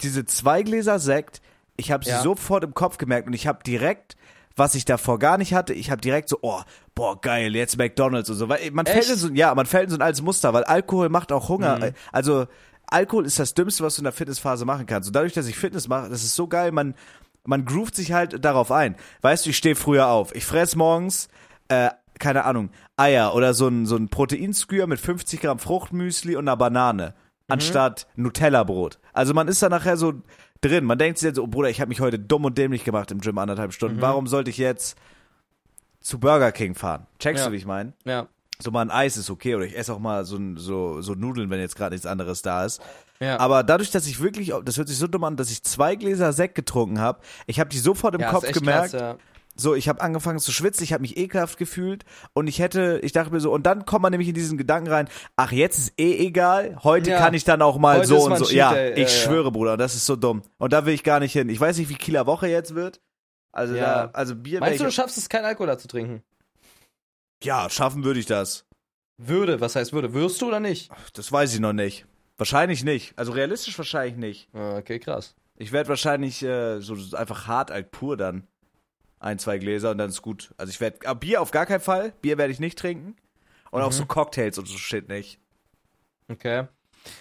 Speaker 1: diese zwei Gläser Sekt, ich habe sie
Speaker 2: Ja.
Speaker 1: sofort im Kopf gemerkt und ich habe direkt, was ich davor gar nicht hatte, ich habe direkt so, oh, boah, geil, jetzt McDonalds und so. Weil man fällt
Speaker 2: Echt? Mhm.
Speaker 1: in so, ja, man fällt in so ein altes Muster, weil Alkohol macht auch Hunger. Also, Alkohol ist das Dümmste, was du in der Fitnessphase machen kannst. Und dadurch, dass ich Fitness mache, das ist so geil, man, man groovt sich halt darauf ein. Weißt du, ich stehe früher auf. Ich fress morgens, äh, keine Ahnung, Eier oder so ein, so ein Proteinskür mit 50 Gramm Fruchtmüsli und einer Banane.
Speaker 2: Mhm.
Speaker 1: Anstatt Nutella-Brot. Also man ist da nachher so drin. Man denkt sich jetzt so, oh Bruder, ich habe mich heute dumm und dämlich gemacht im Gym anderthalb
Speaker 2: Mhm.
Speaker 1: Stunden. Warum sollte ich jetzt zu Burger King fahren? Checkst
Speaker 2: Ja.
Speaker 1: du, wie ich meine?
Speaker 2: Ja,
Speaker 1: So mal ein Eis ist okay oder ich esse auch mal so, ein- so, so Nudeln, wenn jetzt gerade nichts anderes da ist.
Speaker 2: ja.
Speaker 1: Aber dadurch, dass ich wirklich, das hört sich so dumm an, dass ich zwei Gläser Sekt getrunken habe, ich habe die sofort im
Speaker 2: ja, ist
Speaker 1: Kopf
Speaker 2: echt
Speaker 1: gemerkt,
Speaker 2: krass, ja.
Speaker 1: so, ich habe angefangen zu schwitzen, ich habe mich ekelhaft gefühlt und ich hätte, ich dachte mir so, und dann kommt man nämlich in diesen Gedanken rein, ach, jetzt ist eh egal, heute
Speaker 2: Ja.
Speaker 1: kann ich dann auch mal
Speaker 2: Heute
Speaker 1: so
Speaker 2: ist
Speaker 1: und
Speaker 2: man
Speaker 1: so.
Speaker 2: Cheat
Speaker 1: Ja,
Speaker 2: Day,
Speaker 1: ich
Speaker 2: ja, ja.
Speaker 1: schwöre, Bruder, das ist so dumm. Und da will ich gar nicht hin. Ich weiß nicht, wie Kieler Woche jetzt wird. Also,
Speaker 2: Ja.
Speaker 1: da, also Bier
Speaker 2: Meinst du,
Speaker 1: wär
Speaker 2: du
Speaker 1: ich,
Speaker 2: schaffst es, keinen Alkohol da zu trinken?
Speaker 1: Ja, schaffen würde ich das.
Speaker 2: Würde, was heißt würde? Würdest du oder nicht?
Speaker 1: Das weiß ich noch nicht. Wahrscheinlich nicht. Also realistisch wahrscheinlich nicht.
Speaker 2: Ah, Okay, krass.
Speaker 1: Ich werde wahrscheinlich äh, so so einfach hart alt pur dann. Ein, zwei Gläser und dann ist gut. Also ich werde Bier auf gar keinen Fall. Bier werde ich nicht trinken. Und
Speaker 2: Mhm.
Speaker 1: auch so Cocktails und so shit nicht.
Speaker 2: Okay.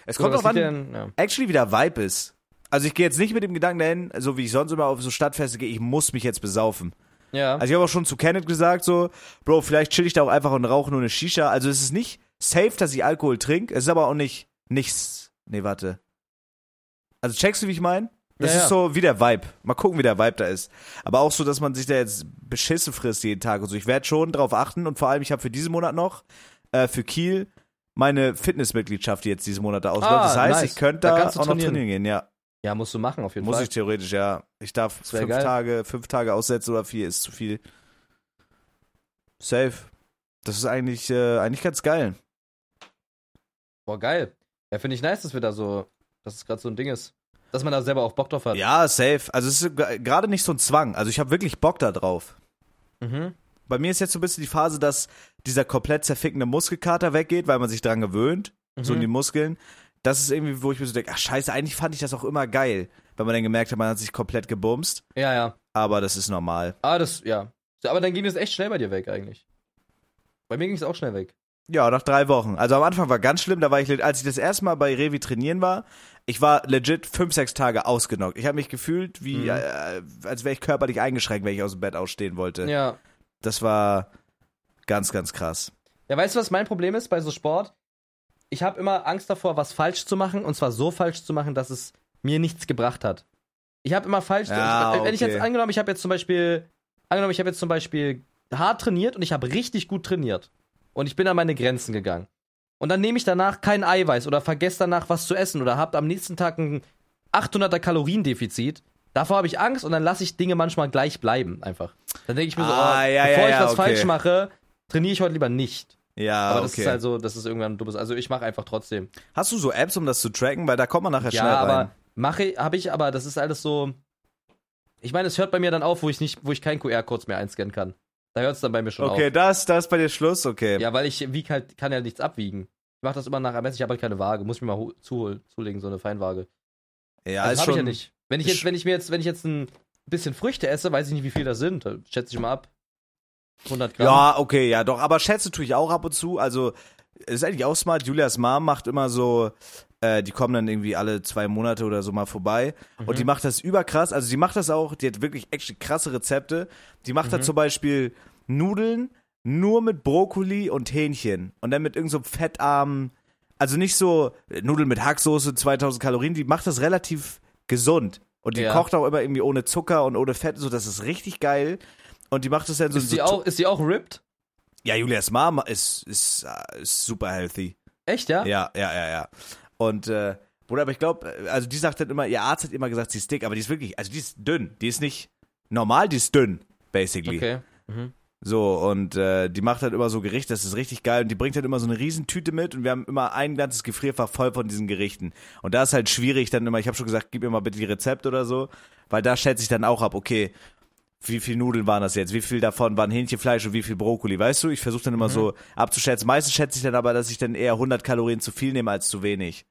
Speaker 1: Es
Speaker 2: Gut,
Speaker 1: kommt
Speaker 2: was
Speaker 1: auch an,
Speaker 2: liegt dir denn- ja.
Speaker 1: actually wieder Vibe ist. Also ich gehe jetzt nicht mit dem Gedanken dahin, so wie ich sonst immer auf so Stadtfeste gehe, ich muss mich jetzt besaufen.
Speaker 2: Ja.
Speaker 1: Also ich habe auch schon zu Kenneth gesagt, so, Bro, vielleicht chill ich da auch einfach und rauche nur eine Shisha. Also es ist nicht safe, dass ich Alkohol trinke, es ist aber auch nicht nichts. Nee, warte. Also checkst du, wie ich meine? Das
Speaker 2: Ja,
Speaker 1: ist
Speaker 2: ja.
Speaker 1: so wie der Vibe. Mal gucken, wie der Vibe da ist. Aber auch so, dass man sich da jetzt Beschisse frisst jeden Tag und so. Ich werde schon drauf achten und vor allem, ich habe für diesen Monat noch, äh, für Kiel, meine Fitnessmitgliedschaft, die jetzt diesen Monat da ausläuft.
Speaker 2: Ah,
Speaker 1: das heißt,
Speaker 2: nice.
Speaker 1: ich könnte
Speaker 2: Da
Speaker 1: da,
Speaker 2: kannst
Speaker 1: auch
Speaker 2: du
Speaker 1: noch
Speaker 2: trainieren.
Speaker 1: trainieren gehen, ja.
Speaker 2: ja, musst du machen auf jeden
Speaker 1: Muss
Speaker 2: Fall.
Speaker 1: ich theoretisch, ja. Ich darf
Speaker 2: wär
Speaker 1: fünf
Speaker 2: geil.
Speaker 1: Tage, fünf Tage aussetzen oder vier ist zu viel. Safe. Das ist eigentlich, äh, eigentlich ganz geil.
Speaker 2: Boah, geil. Ja, finde ich nice, dass wir da so, dass es gerade so ein Ding ist. Dass man da selber auch Bock drauf hat.
Speaker 1: Ja, safe. Also es ist ge- gerade nicht so ein Zwang. Also ich habe wirklich Bock da drauf.
Speaker 2: Mhm.
Speaker 1: Bei mir ist jetzt so ein bisschen die Phase, dass dieser komplett zerfickende Muskelkater weggeht, weil man sich dran gewöhnt. So
Speaker 2: Mhm.
Speaker 1: in die Muskeln. Das ist irgendwie, wo ich mir so denke, ach scheiße, eigentlich fand ich das auch immer geil. Wenn man dann gemerkt hat, man hat sich komplett gebumst.
Speaker 2: Ja, ja.
Speaker 1: Aber das ist normal.
Speaker 2: Ah, das, ja. So, Aber dann ging das echt schnell bei dir weg eigentlich. Bei mir ging es auch schnell weg.
Speaker 1: Ja, nach drei Wochen. Also am Anfang war ganz schlimm, da war ich, le- als ich das erste Mal bei Revi trainieren war, ich war legit fünf, sechs Tage ausgenockt. Ich habe mich gefühlt,
Speaker 2: Mhm.
Speaker 1: wie, äh, als wäre ich körperlich eingeschränkt, wenn ich aus dem Bett ausstehen wollte.
Speaker 2: Ja.
Speaker 1: Das war ganz, ganz krass.
Speaker 2: Ja, weißt du, was mein Problem ist bei so Sport? Ich habe immer Angst davor, was falsch zu machen und zwar so falsch zu machen, dass es mir nichts gebracht hat. Ich habe immer falsch.
Speaker 1: Ja,
Speaker 2: ich, wenn ich jetzt
Speaker 1: okay.
Speaker 2: angenommen, ich habe jetzt zum Beispiel, angenommen, ich habe jetzt zum Beispiel hart trainiert und ich habe richtig gut trainiert und ich bin an meine Grenzen gegangen. Und dann nehme ich danach kein Eiweiß oder vergesse danach was zu essen oder habe am nächsten Tag ein 800er Kaloriendefizit. Davor habe ich Angst und dann lasse ich Dinge manchmal gleich bleiben einfach. Dann denke ich mir so,
Speaker 1: Ah,
Speaker 2: oh,
Speaker 1: ja, ja,
Speaker 2: bevor ich
Speaker 1: ja,
Speaker 2: was
Speaker 1: okay.
Speaker 2: falsch mache, trainiere ich heute lieber nicht.
Speaker 1: Ja,
Speaker 2: Aber das
Speaker 1: Ah, okay.
Speaker 2: ist halt so, das ist irgendwann dummes. Also ich mache einfach trotzdem.
Speaker 1: Hast du so Apps, um das zu tracken? Weil da kommt man nachher
Speaker 2: Ja,
Speaker 1: schnell rein.
Speaker 2: aber mache habe ich, aber das ist alles so. Ich meine, es hört bei mir dann auf, wo ich nicht, wo ich keinen QR-Codes mehr einscannen kann. Da hört es dann bei mir schon
Speaker 1: Okay, das, das ist bei dir Schluss, okay.
Speaker 2: auf. Ja, weil ich wieg halt, kann ja nichts abwiegen. Ich mache das immer nach Ermessen, ich habe halt keine Waage, muss ich mir mal hu- zuholen, zulegen, so eine Feinwaage.
Speaker 1: Ja,
Speaker 2: Das
Speaker 1: ist schon.
Speaker 2: habe Also ich ja nicht. Wenn ich
Speaker 1: ist
Speaker 2: jetzt, wenn ich mir jetzt, wenn ich jetzt ein bisschen Früchte esse, weiß ich nicht, wie viel das sind. Da schätze ich mal ab. 100 Gramm.
Speaker 1: Ja, okay, ja, doch. Aber Schätze tue ich auch ab und zu. Also, ist eigentlich auch smart. Julias Mom macht immer so, äh, die kommen dann irgendwie alle zwei Monate oder so mal vorbei.
Speaker 2: Mhm.
Speaker 1: Und die macht das überkrass. Also, die macht das auch. Die hat wirklich echt krasse Rezepte. Die macht
Speaker 2: Mhm.
Speaker 1: da zum Beispiel Nudeln nur mit Brokkoli und Hähnchen. Und dann mit irgendeinem so fettarmen. Also nicht so äh, Nudeln mit Hacksoße, 2000 Kalorien. Die macht das relativ gesund. Und die
Speaker 2: Ja.
Speaker 1: kocht auch immer irgendwie ohne Zucker und ohne Fett. So, das ist richtig geil. Und die macht das dann so in
Speaker 2: Ist
Speaker 1: so
Speaker 2: die auch, ist die auch ripped?
Speaker 1: ja, Julias Mom ist, ist, äh, ist super healthy.
Speaker 2: Echt, ja?
Speaker 1: Ja, ja, ja, ja. Und, äh, Bruder, aber ich glaube, also die sagt dann immer, ihr Arzt hat immer gesagt, sie ist dick, aber die ist wirklich, also die ist dünn. Die ist nicht normal, die ist dünn, basically.
Speaker 2: Okay.
Speaker 1: So, und äh, die macht halt immer so Gerichte, das ist richtig geil. Und die bringt halt immer so eine Riesentüte mit und wir haben immer ein ganzes Gefrierfach voll von diesen Gerichten. Und da ist halt schwierig dann immer, ich habe schon gesagt, gib mir mal bitte die Rezept oder so, weil da schätze ich dann auch ab, okay, wie viel Nudeln waren das jetzt, wie viel davon waren Hähnchenfleisch und wie viel Brokkoli, weißt du? Ich versuche dann immer so abzuschätzen. Meistens schätze ich dann aber, dass ich dann eher 100 Kalorien zu viel nehme als zu wenig.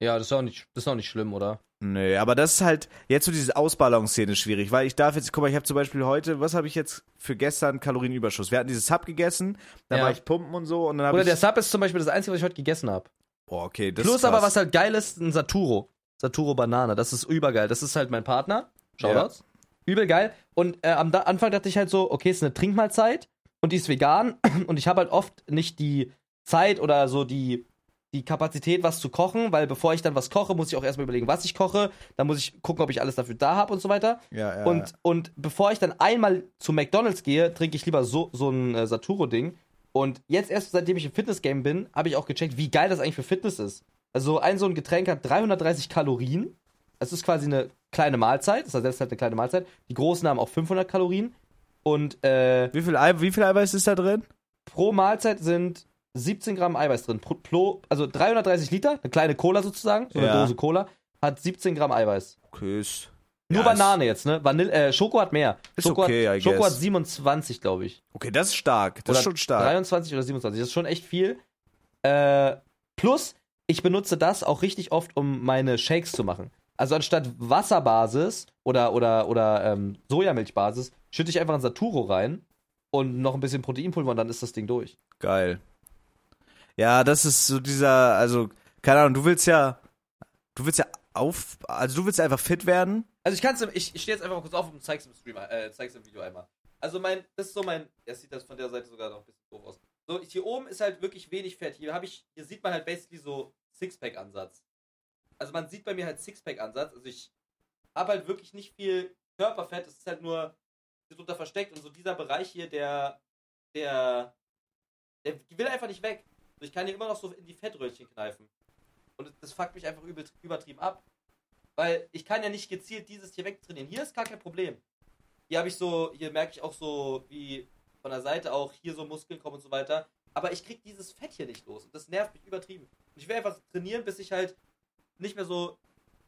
Speaker 2: Ja, das ist auch nicht, das ist auch nicht schlimm, oder?
Speaker 1: Nö, aber das ist halt jetzt so dieses Ausbalancieren ist schwierig, weil ich darf jetzt, guck mal, ich habe zum Beispiel heute, was habe ich jetzt für gestern Kalorienüberschuss? Wir hatten dieses Sub gegessen, dann
Speaker 2: Ja.
Speaker 1: war ich pumpen und so und dann habe
Speaker 2: Oder
Speaker 1: ich
Speaker 2: der Sub ist zum Beispiel das Einzige, was ich heute gegessen habe.
Speaker 1: Boah, okay, das
Speaker 2: Plus
Speaker 1: ist
Speaker 2: aber, was
Speaker 1: krass.
Speaker 2: halt geil ist, ein Saturo. Saturo Banane. Das ist übergeil. Das ist halt mein Partner. Shoutouts. Übel geil. Und äh, am da Anfang dachte ich halt so, okay, ist eine Trinkmahlzeit und die ist vegan. Und ich habe halt oft nicht die Zeit oder so die, die Kapazität, was zu kochen, weil bevor ich dann was koche, muss ich auch erstmal überlegen, was ich koche. Dann muss ich gucken, ob ich alles dafür da habe und so weiter.
Speaker 1: ja, ja,
Speaker 2: Und, und bevor ich dann einmal zu McDonalds gehe, trinke ich lieber so, so ein äh, Saturo-Ding. Und jetzt erst seitdem ich im Fitnessgame bin, habe ich auch gecheckt, wie geil das eigentlich für Fitness ist. Also ein so ein Getränk hat 330 Kalorien. Es ist quasi eine kleine Mahlzeit. Das heißt, das ist halt eine kleine Mahlzeit. Die großen haben auch 500 Kalorien. Und äh,
Speaker 1: wie viel, Ei- wie viel Eiweiß ist da drin?
Speaker 2: pro Mahlzeit sind 17 Gramm Eiweiß drin. Pro, pro, also 330 Liter, eine kleine Cola sozusagen, so eine
Speaker 1: Ja.
Speaker 2: Dose Cola, hat 17 Gramm Eiweiß.
Speaker 1: Küss.
Speaker 2: Nur
Speaker 1: Ja,
Speaker 2: Banane jetzt, ne? Vanille, äh, Schoko hat mehr.
Speaker 1: Ist
Speaker 2: Schoko,
Speaker 1: okay,
Speaker 2: hat,
Speaker 1: I
Speaker 2: Schoko
Speaker 1: guess.
Speaker 2: hat 27, glaube ich.
Speaker 1: Ist, okay, das ist stark. Das
Speaker 2: oder
Speaker 1: ist schon stark.
Speaker 2: 23 oder 27, das ist schon echt viel. Äh, plus, ich benutze das auch richtig oft, um meine Shakes zu machen. Also anstatt Wasserbasis oder, oder, oder ähm, Sojamilchbasis, schütte ich einfach ein Saturo rein und noch ein bisschen Proteinpulver und dann ist das Ding durch.
Speaker 1: Geil. Ja, das ist so dieser, also, keine Ahnung, du willst ja, du willst ja auf, also du willst einfach fit werden.
Speaker 2: Also ich kann's, im- ich, ich stehe jetzt einfach mal kurz auf und zeig's im Stream, äh, zeig's im Video einmal. Also mein, das ist so mein, das sieht das von der Seite sogar noch ein bisschen doof aus. So, ich- hier oben ist halt wirklich wenig Fett. Hier habe ich, hier sieht man halt basically so Sixpack-Ansatz. Also man sieht bei mir halt Sixpack-Ansatz. Also ich habe halt wirklich nicht viel Körperfett, es ist halt nur hier drunter versteckt und so dieser Bereich hier, der, der, der will einfach nicht weg. Und ich kann hier immer noch so in die Fettröllchen kneifen. Und das fuckt mich einfach übel, übertrieben ab. Weil ich kann ja nicht gezielt dieses hier wegtrainieren. Hier ist gar kein Problem. Hier habe ich so, hier merke ich auch so, wie von der Seite auch hier so Muskeln kommen und so weiter. Aber ich krieg dieses Fett hier nicht los. Und das nervt mich übertrieben. Und ich will einfach trainieren, bis ich halt nicht mehr so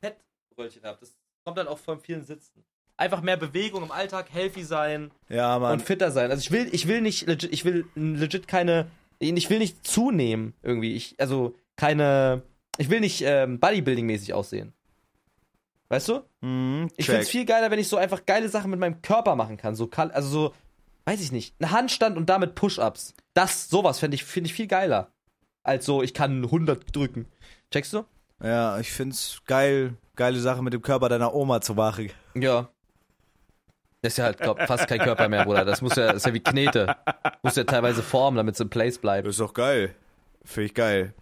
Speaker 2: Fettröllchen habe. Das kommt dann auch vom vielen Sitzen. Einfach mehr Bewegung im Alltag, healthy sein
Speaker 1: Ja, Mann.
Speaker 2: und fitter sein. Also ich will, ich will nicht legit, ich will legit keine, ich will nicht zunehmen irgendwie. Ich, also keine, ich will nicht ähm, Bodybuilding-mäßig aussehen. Weißt du?
Speaker 1: Mhm,
Speaker 2: Ich
Speaker 1: check. Mhm,
Speaker 2: find's viel geiler, wenn ich so einfach geile Sachen mit meinem Körper machen kann. So, kal- also so weiß ich nicht, einen Handstand und damit Push-Ups. Das, sowas finde ich, find ich viel geiler. Als so, ich kann 100 drücken. Checkst du?
Speaker 1: Ja, ich find's geil, geile Sache mit dem Körper deiner Oma zu machen.
Speaker 2: Ja. Das ist ja halt glaub, fast kein Körper mehr, Bruder. Das muss ja, das ist ja wie Knete. Muss ja teilweise formen, damit es im Place bleibt.
Speaker 1: Ist doch geil. Finde ich geil.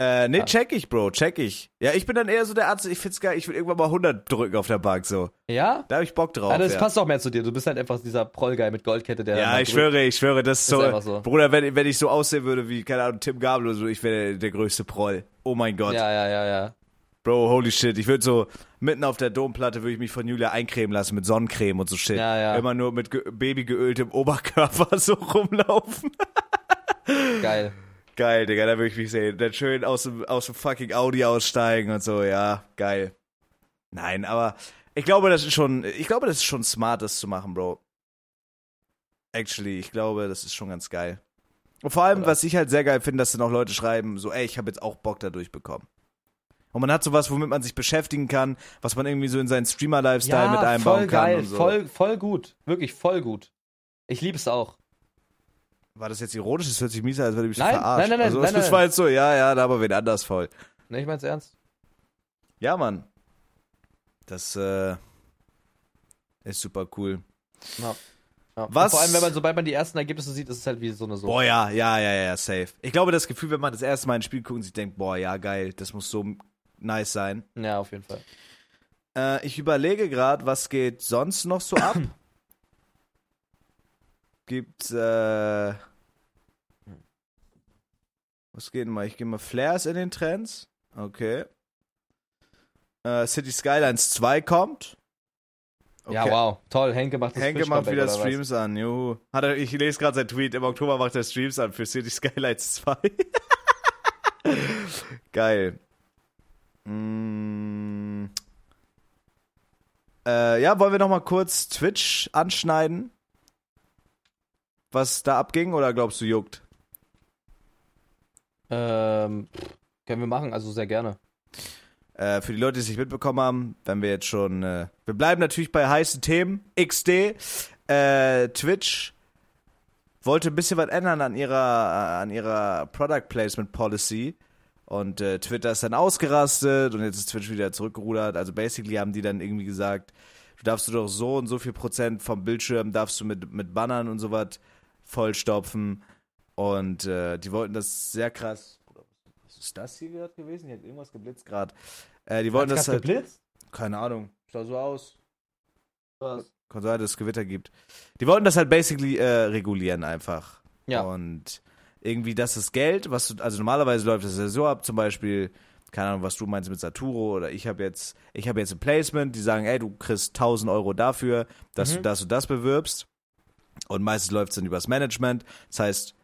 Speaker 1: Äh, nee, check ich, Bro, check ich. Ja, ich bin dann eher so der Arzt, ich find's geil, ich will irgendwann mal 100 drücken auf der Bank, so.
Speaker 2: Ja?
Speaker 1: Da hab ich Bock drauf.
Speaker 2: ja das
Speaker 1: ja.
Speaker 2: passt auch mehr zu dir. Du bist halt einfach dieser Prollgeil mit Goldkette, der dann
Speaker 1: Ja,
Speaker 2: halt
Speaker 1: ich
Speaker 2: drückt.
Speaker 1: schwöre, ich schwöre, das ist, so,
Speaker 2: einfach so.
Speaker 1: Bruder, wenn, wenn ich so aussehen würde wie, keine Ahnung, Tim Gabel oder so, ich wäre der, der größte Proll. Oh mein Gott.
Speaker 2: Ja, ja, ja, ja.
Speaker 1: Bro, holy shit. Ich würde so, mitten auf der Domplatte würde ich mich von Julia eincremen lassen mit Sonnencreme und so shit.
Speaker 2: Ja, ja.
Speaker 1: Immer nur mit ge babygeöltem Oberkörper so rumlaufen.
Speaker 2: Geil.
Speaker 1: Geil, Digga, da würde ich mich sehen. Dann schön aus dem, aus dem fucking Audi aussteigen und so, ja, geil. Nein, aber ich glaube, das ist schon, ich glaube, das ist schon smart, das zu machen, Bro. Actually, ich glaube, das ist schon ganz geil. Und vor allem,
Speaker 2: Oder?
Speaker 1: was ich halt sehr geil finde, dass dann auch Leute schreiben, so, ey, ich habe jetzt auch Bock dadurch bekommen. Und man hat sowas, womit man sich beschäftigen kann, was man irgendwie so in seinen Streamer-Lifestyle mit einbauen
Speaker 2: voll
Speaker 1: kann.
Speaker 2: geil,
Speaker 1: und so.
Speaker 2: voll, voll gut. Wirklich voll gut. Ich liebe es auch.
Speaker 1: War das jetzt ironisch? Das hört sich mies an, als würde ich mich
Speaker 2: Nein,
Speaker 1: verarscht.
Speaker 2: nein, nein, nein,
Speaker 1: also,
Speaker 2: nein,
Speaker 1: das
Speaker 2: nein.
Speaker 1: war jetzt so, ja, ja, da haben wir wen anders voll.
Speaker 2: Ne, ich mein's ernst.
Speaker 1: Ja, Mann. Das äh, ist super cool.
Speaker 2: Ja. Und
Speaker 1: Was-
Speaker 2: Vor allem, wenn man, sobald man die ersten Ergebnisse sieht, ist es halt wie so eine so.
Speaker 1: Boah, ja, ja, ja, ja, safe. Ich glaube, das Gefühl, wenn man das erste Mal ein Spiel guckt und sich denkt, boah, ja, geil, das muss so m- nice sein.
Speaker 2: Ja, auf jeden Fall.
Speaker 1: Äh, ich überlege gerade, was geht sonst noch so ab? Gibt's, äh. Was geht denn mal? Ich gehe mal Flares in den Trends. Okay. Äh, City Skylines 2 kommt.
Speaker 2: Ja, wow. Toll. Henke macht das
Speaker 1: Henke macht
Speaker 2: Fischcomeback,
Speaker 1: wieder
Speaker 2: oder was?
Speaker 1: Streams an, juhu. Hat er, ich lese gerade sein Tweet, im Oktober macht er Streams an für City Skylines 2. Geil. Mm. Äh, ja, wollen wir nochmal kurz Twitch anschneiden? Was da abging oder glaubst du juckt?
Speaker 2: Ähm, pff, können wir machen, also sehr gerne.
Speaker 1: Äh, für die Leute, die es nicht mitbekommen haben, wenn wir jetzt schon. Äh, wir bleiben natürlich bei heißen Themen. XD, äh, Twitch wollte ein bisschen was ändern an ihrer, äh, an ihrer Product Placement Policy. Und äh, Twitter ist dann ausgerastet und jetzt ist Twitch wieder zurückgerudert. Also basically haben die dann irgendwie gesagt, du darfst du doch so und so viel Prozent vom Bildschirm darfst du mit, mit Bannern und sowas vollstopfen. Und äh, die wollten das sehr krass. Was ist das hier gerade gewesen? Hier hat irgendwas geblitzt gerade. Äh, die wollten das
Speaker 2: Hat's grad
Speaker 1: halt.
Speaker 2: geblitzt?
Speaker 1: Keine Ahnung.
Speaker 2: Sah so aus. Was?
Speaker 1: Kann sein, dass es Gewitter gibt. Die wollten das halt basically äh, regulieren einfach.
Speaker 2: Ja.
Speaker 1: Und irgendwie das ist Geld, was du, also normalerweise läuft das ja so ab, zum Beispiel, keine Ahnung, was du meinst mit Saturo oder ich habe jetzt, ich habe jetzt ein Placement, die sagen, ey, du kriegst 1000 Euro dafür, dass
Speaker 2: Mhm.
Speaker 1: du das und das bewirbst. Und meistens läuft es dann übers Management. Das heißt,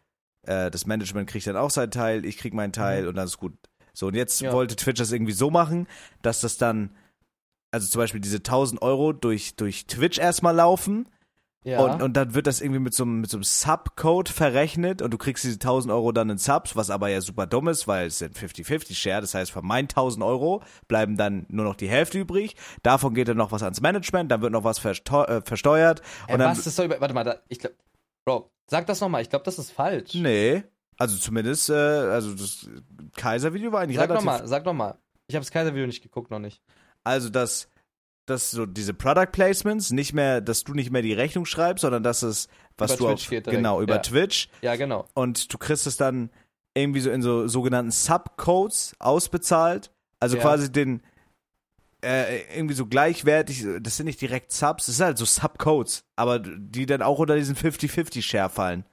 Speaker 1: äh, das Management kriegt dann auch seinen Teil, ich krieg meinen Teil und dann ist gut. So, und jetzt
Speaker 2: Mhm. Ja.
Speaker 1: wollte Twitch das irgendwie so machen, dass das dann, also zum Beispiel diese 1000 Euro durch, durch Twitch erstmal laufen
Speaker 2: Ja.
Speaker 1: und, und dann wird das irgendwie mit so, einem- mit so einem Subcode verrechnet und du kriegst diese 1000 Euro dann in Subs, was aber ja super dumm ist, weil es sind 50-50-Share, das heißt von meinen 1000 Euro bleiben dann nur noch die Hälfte übrig, davon geht dann noch was ans Management, dann wird noch was versteu äh, versteuert
Speaker 2: Ey,
Speaker 1: und dann...
Speaker 2: was ist so über. Warte mal, da, ich glaube. Bro, sag das nochmal, ich glaube, das ist falsch.
Speaker 1: Nee, also zumindest, äh, also das Kaiser-Video war eigentlich
Speaker 2: Sag
Speaker 1: relativ...
Speaker 2: nochmal, sag nochmal. Ich habe das Kaiser-Video nicht geguckt, noch nicht.
Speaker 1: Also, dass, dass so diese Product Placements nicht mehr, dass du nicht mehr die Rechnung schreibst, sondern dass es, was
Speaker 2: Über
Speaker 1: du
Speaker 2: Twitch
Speaker 1: auf,
Speaker 2: geht direkt,
Speaker 1: genau, über
Speaker 2: ja.
Speaker 1: Twitch
Speaker 2: Ja, genau.
Speaker 1: und du kriegst es dann irgendwie so in so sogenannten Subcodes ausbezahlt. Also
Speaker 2: Ja.
Speaker 1: quasi den äh, irgendwie so gleichwertig, das sind nicht direkt Subs, das sind halt so Subcodes, aber die dann auch unter diesen 50-50-Share fallen.